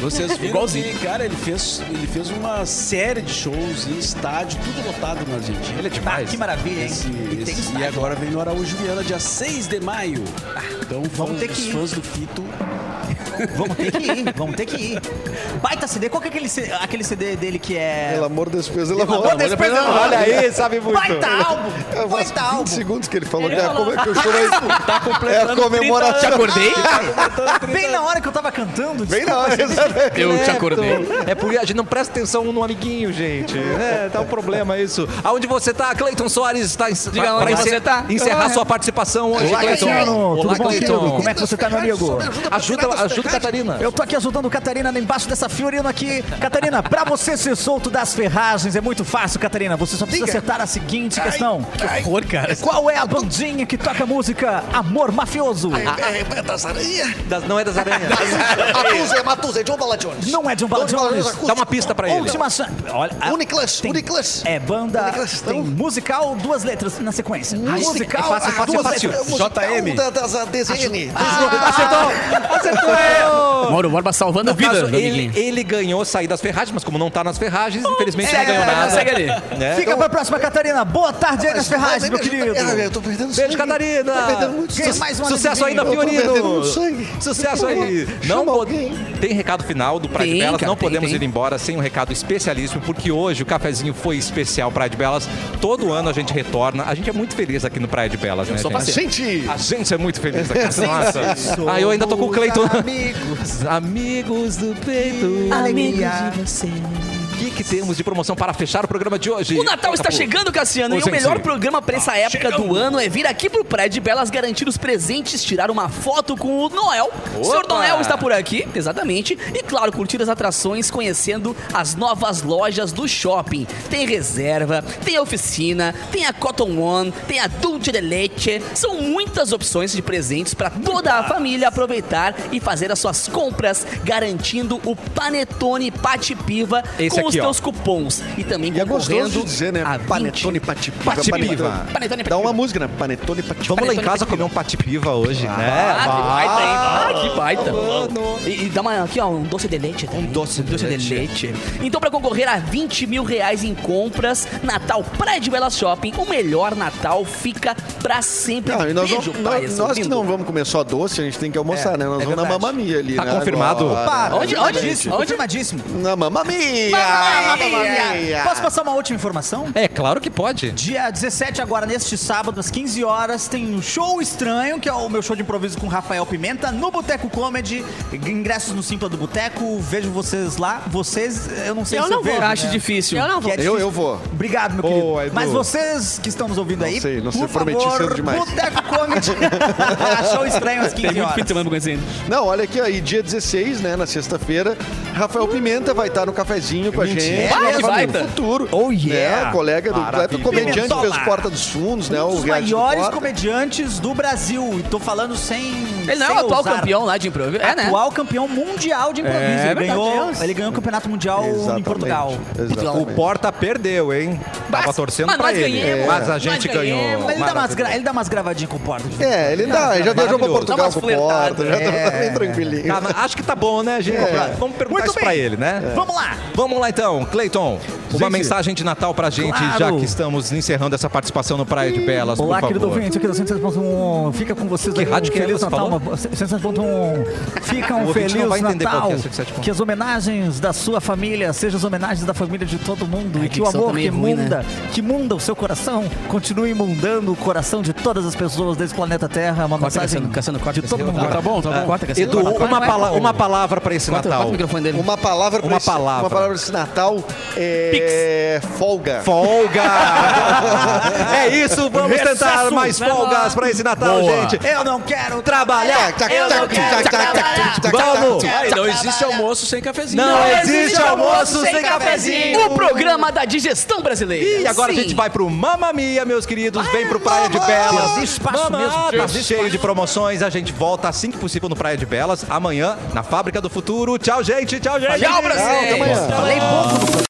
D: Vocês viram
B: Igualzinho.
D: que, cara, ele fez, ele fez uma série de shows em estádio, tudo lotado na Argentina. Ele é
F: Ah, que maravilha, hein?
D: Esse-
F: e tem
D: esse-
F: estádio.
D: e agora vem no Araújo Viana, dia 6 de maio. Então vamos
F: ter
D: ter
F: que
D: que
F: ir.
D: os fãs do Fito.
F: Vamos ter que ir, vamos ter que ir. Baita CD, qual que é aquele, C- aquele CD dele que é...
C: Pelo amor de Deus, pelo amor de Deus.
F: Depois eu-
A: Olha aí, sabe muito.
F: Baita
B: tá.
C: Eu
F: álbum,
C: faço
F: baita
C: 20
F: álbum.
C: segundos que ele falou. Cara, como é que eu chorei? É a comemoração.
B: Acordei?
F: Bem na hora que eu tava cantando,
C: Bem na hora.
B: Eu te acordei.
A: É porque a gente não presta atenção um no amiguinho, gente. É, tá um problema isso. Aonde você tá, Cleiton Soares? Está em,
B: Diga onde você tá.
A: encerrar sua participação hoje,
C: Olá,
A: Cleiton.
C: Cleiton.
A: Olá,
G: Tudo bom, querido?
A: Cleiton.
G: Como é que você tá, meu amigo?
A: Ajuda, ajuda a Catarina.
G: Eu tô aqui ajudando o Catarina ali embaixo dessa Fiorino aqui. Catarina, pra você ser solto das ferragens é muito fácil, Catarina. Você só precisa acertar a seguinte questão.
B: Que horror, cara.
G: Qual é a bandinha que toca música Amor Mafioso?
A: Das- não é das aranhas.
C: Matuze, Matuze, John Balajones.
G: Não é John Bala
C: John Bala
G: Jones.
C: Jones,
A: Dá uma pista pra ele.
G: Última chance. Olha, a-
C: Uniclass,
G: tem-
C: Uniclass.
G: É banda.
C: Uniclass,
G: Tem
C: então.
G: musical, duas letras na sequência.
A: isso é
G: musical,
A: fácil,
G: ah,
A: fácil,
G: duas
A: fácil.
G: letras.
C: JM.
D: JM.
C: Da, da, da DZN.
A: Acertou! Acertou!
B: Mauro Borba salvando a
A: No
B: vida
A: caso,
B: do amiguinho.
A: ele, ele ganhou sair das ferragens, mas como não tá nas ferragens, infelizmente não
F: é,
A: ganhou
F: é,
A: nada.
B: Ah, segue ali.
A: Né?
F: Fica
A: Então,
F: pra próxima, Catarina. Boa tarde aí nas Ferragens, meu querido.
C: É, Eu tô perdendo sangue.
A: Beijo, Catarina!
C: Tô perdendo muito
F: Ganhei
A: Su-
F: mais um
A: Sucesso aí
F: amendoim.
A: na
C: Eu tô perdendo
A: Pionino!
C: muito sangue.
A: Sucesso
C: Por favor,
A: aí!
C: chama
A: Não po-
C: alguém.
A: Tem recado final do Praia de
B: Tem,
A: Belas.
B: cara,
A: não
B: tem,
A: podemos
B: tem.
A: ir embora sem um recado especialíssimo, porque hoje o cafezinho foi especial Praia de Belas. Todo ano a gente retorna. A gente é muito feliz aqui no Praia de Belas, né,
B: sou
A: gente?
B: parceiro.
C: Ah, Gente,
A: A gente é muito feliz aqui. Nossa. Ah, eu ainda tô com o Cleiton. Amigos, amigos do peito.
F: Alegria.
A: O que, que temos de promoção para fechar o programa de hoje?
B: O Natal está chegando, Cassiano,
A: Ô,
B: e o
A: gente.
B: melhor programa para essa época do ano é vir aqui pro Praia de Belas garantir os presentes, tirar uma foto com o Noel. O senhor
A: Opa!
B: Noel está por aqui, exatamente. E claro, curtir as atrações conhecendo as novas lojas do shopping. Tem reserva, tem a oficina, tem a Cotton One, tem a Dulce de Leche. São muitas opções de presentes para toda a família aproveitar e fazer as suas compras, garantindo o Panetone Pati Piva
A: Esse
B: com os
A: aqui, ó.
B: teus cupons. E também
C: e é gostoso
B: concorrendo
C: de dizer, né?
B: a 20.
C: Panetone Patipiva.
A: Patipiva.
B: Panetone
C: Dá uma
B: Patipiva.
C: música, né? Panetone Patipiva.
A: Vamos lá em casa comer um patipiva hoje, né?
B: Ah, que baita, hein? Ah, que baita. E, e dá uma, aqui, ó, um doce de leite. Um
A: doce de leite.
B: Então, pra concorrer a 20 mil reais em compras, Natal Praia de Belas Shopping, o melhor Natal fica pra sempre.
C: Não, e nós,
B: Beijo,
C: vamos,
B: praia,
C: nós,
B: seu
C: nós que
B: lindo.
C: não vamos comer só doce, a gente tem que almoçar, né? Nós
A: é
C: vamos na
A: verdade.
C: mamamia ali,
A: Tá
C: né?
A: confirmado?
C: Agora.
B: Onde- onde-
F: Confirmadíssimo,
B: onde-
F: Confirmadíssimo.
C: Na mamamia! Mamamia!
F: Posso passar uma última informação?
A: É claro que pode.
F: Dia 17, agora neste sábado, às 15 horas, tem um show estranho, que é o meu show de improviso com Rafael Pimenta, no Boteco Comedy. Ingressos no Simpla do Boteco. Vejo vocês lá. Vocês, eu não sei
E: Eu
F: se
E: não
F: eu vejo.
E: vou.
F: né?
B: Acho difícil.
E: Eu não vou.
F: Que é
C: Eu,
F: difícil.
C: eu vou.
F: Obrigado, meu
C: Boa,
F: querido.
C: Edu.
F: Mas vocês que estão nos ouvindo aí,
C: sei, não sei,
F: por
C: prometi
F: favor,
C: cedo demais.
F: Boteco Comedy. É show estranho às 15
B: Tem muito
F: horas.
B: fim de semana pra conhecer.
C: Não, olha aqui, aí, dia 16, né, na sexta-feira, Rafael Pimenta vai estar no cafezinho com a gente.
B: Vai,
C: Nosso
B: vai,
C: amigo
B: tá.
C: futuro.
A: Oh, yeah.
C: Né, colega do
A: Maravilha.
C: Cleto, comediante que fez
F: Pimentola.
C: Porta dos Fundos, né?
F: um
C: o
F: dos
C: reality do
F: maiores
C: Porta.
F: comediantes do Brasil. E tô falando sem.
B: Ele não é
F: sem
B: o atual
F: ousar.
B: campeão lá de improviso. É, né?
F: Atual campeão mundial de improviso.
B: É
F: ele,
B: verdade,
F: ganhou,
B: Deus.
F: ele ganhou o campeonato mundial em
C: Exatamente,
F: Portugal.
A: O
C: Exatamente.
A: Porta perdeu, hein? Tava
B: Mas-
A: torcendo
B: mas
A: pra
B: nós
A: ele. É.
B: ganhamos,
A: Mas a
B: nós
A: gente
B: ganhamos.
A: ganhou.
F: Mas ele dá, umas
A: Maravilha.
F: gra- ele dá umas gravadinhas com o Porta. de vez em quando.
C: É, ele dá, ele já viajou pra
A: maravilhoso.
B: Dá
C: Portugal
B: umas
C: com o Porta, já tá
F: flertadas.
C: bem tranquilinho.
A: Tá, mas acho que tá bom, né, gente?
C: É.
A: Vamos perguntar
F: Muito
A: isso
F: bem.
A: pra ele, né?
B: É.
F: Vamos lá.
A: Vamos lá então, Cleiton. Uma mensagem de Natal pra gente,
F: Claro.
A: já que estamos encerrando essa participação no Praia de Belas, por
G: Olá,
A: favor.
G: querido ouvinte, aqui é da 107.1. Fica com vocês
A: Que
G: aí, um
A: rádio que é
G: Feliz
A: essa?
G: Natal.
A: Falou?
G: uma- 107.1. Fica um
A: O ouvinte
G: feliz
A: não vai entender qual
G: Natal.
A: que é 107.1.
G: Que as homenagens da sua família sejam as homenagens da família de todo mundo.
B: É,
G: e que o
B: dicção tá
G: amor que
B: meio ruim,
G: munda,
F: né?
G: que munda o seu coração, continue inundando o coração de todas as pessoas desse planeta Terra. É Uma
B: Corta,
G: mensagem
B: Cassiano, Cassiano, corta,
G: de todo
B: Cassiano.
G: mundo.
D: Tá bom, tá bom.
B: Corta,
C: é
B: Cassiano.
A: Ah, Edu,
B: Corta, corta,
A: uma,
B: corta,
A: pala-
B: corta.
A: uma palavra pra esse
B: Corta,
A: Natal.
B: corta o microfone dele.
C: Uma palavra pra
A: Uma
C: esse,
A: palavra.
C: Uma palavra pra esse Natal é. Folga.
A: Folga! é isso, vamos tentar
F: Recesso.
A: mais
F: Vai lá.
A: folgas pra esse Natal, gente.
F: Eu não quero
A: Trabalhar!
F: Eu não quero trabalhar.
A: Vamos!
D: Ah, e não existe almoço sem cafezinho.
A: Não existe almoço sem cafezinho!
B: O programa da digestão brasileira.
A: E agora
B: Sim.
A: a gente vai pro Mamma Mia, meus queridos. Vem pro Praia de Belas.
F: Tem espaço
A: Mamma,
F: mesmo,
A: ah,
F: tem
A: tá
F: espaço.
A: cheio de promoções. A gente volta assim que possível no Praia de Belas. Amanhã, na Fábrica do Futuro. Tchau, gente. Tchau, gente.
B: Tchau, Brasil.
A: Até amanhã.
F: Falei pouco.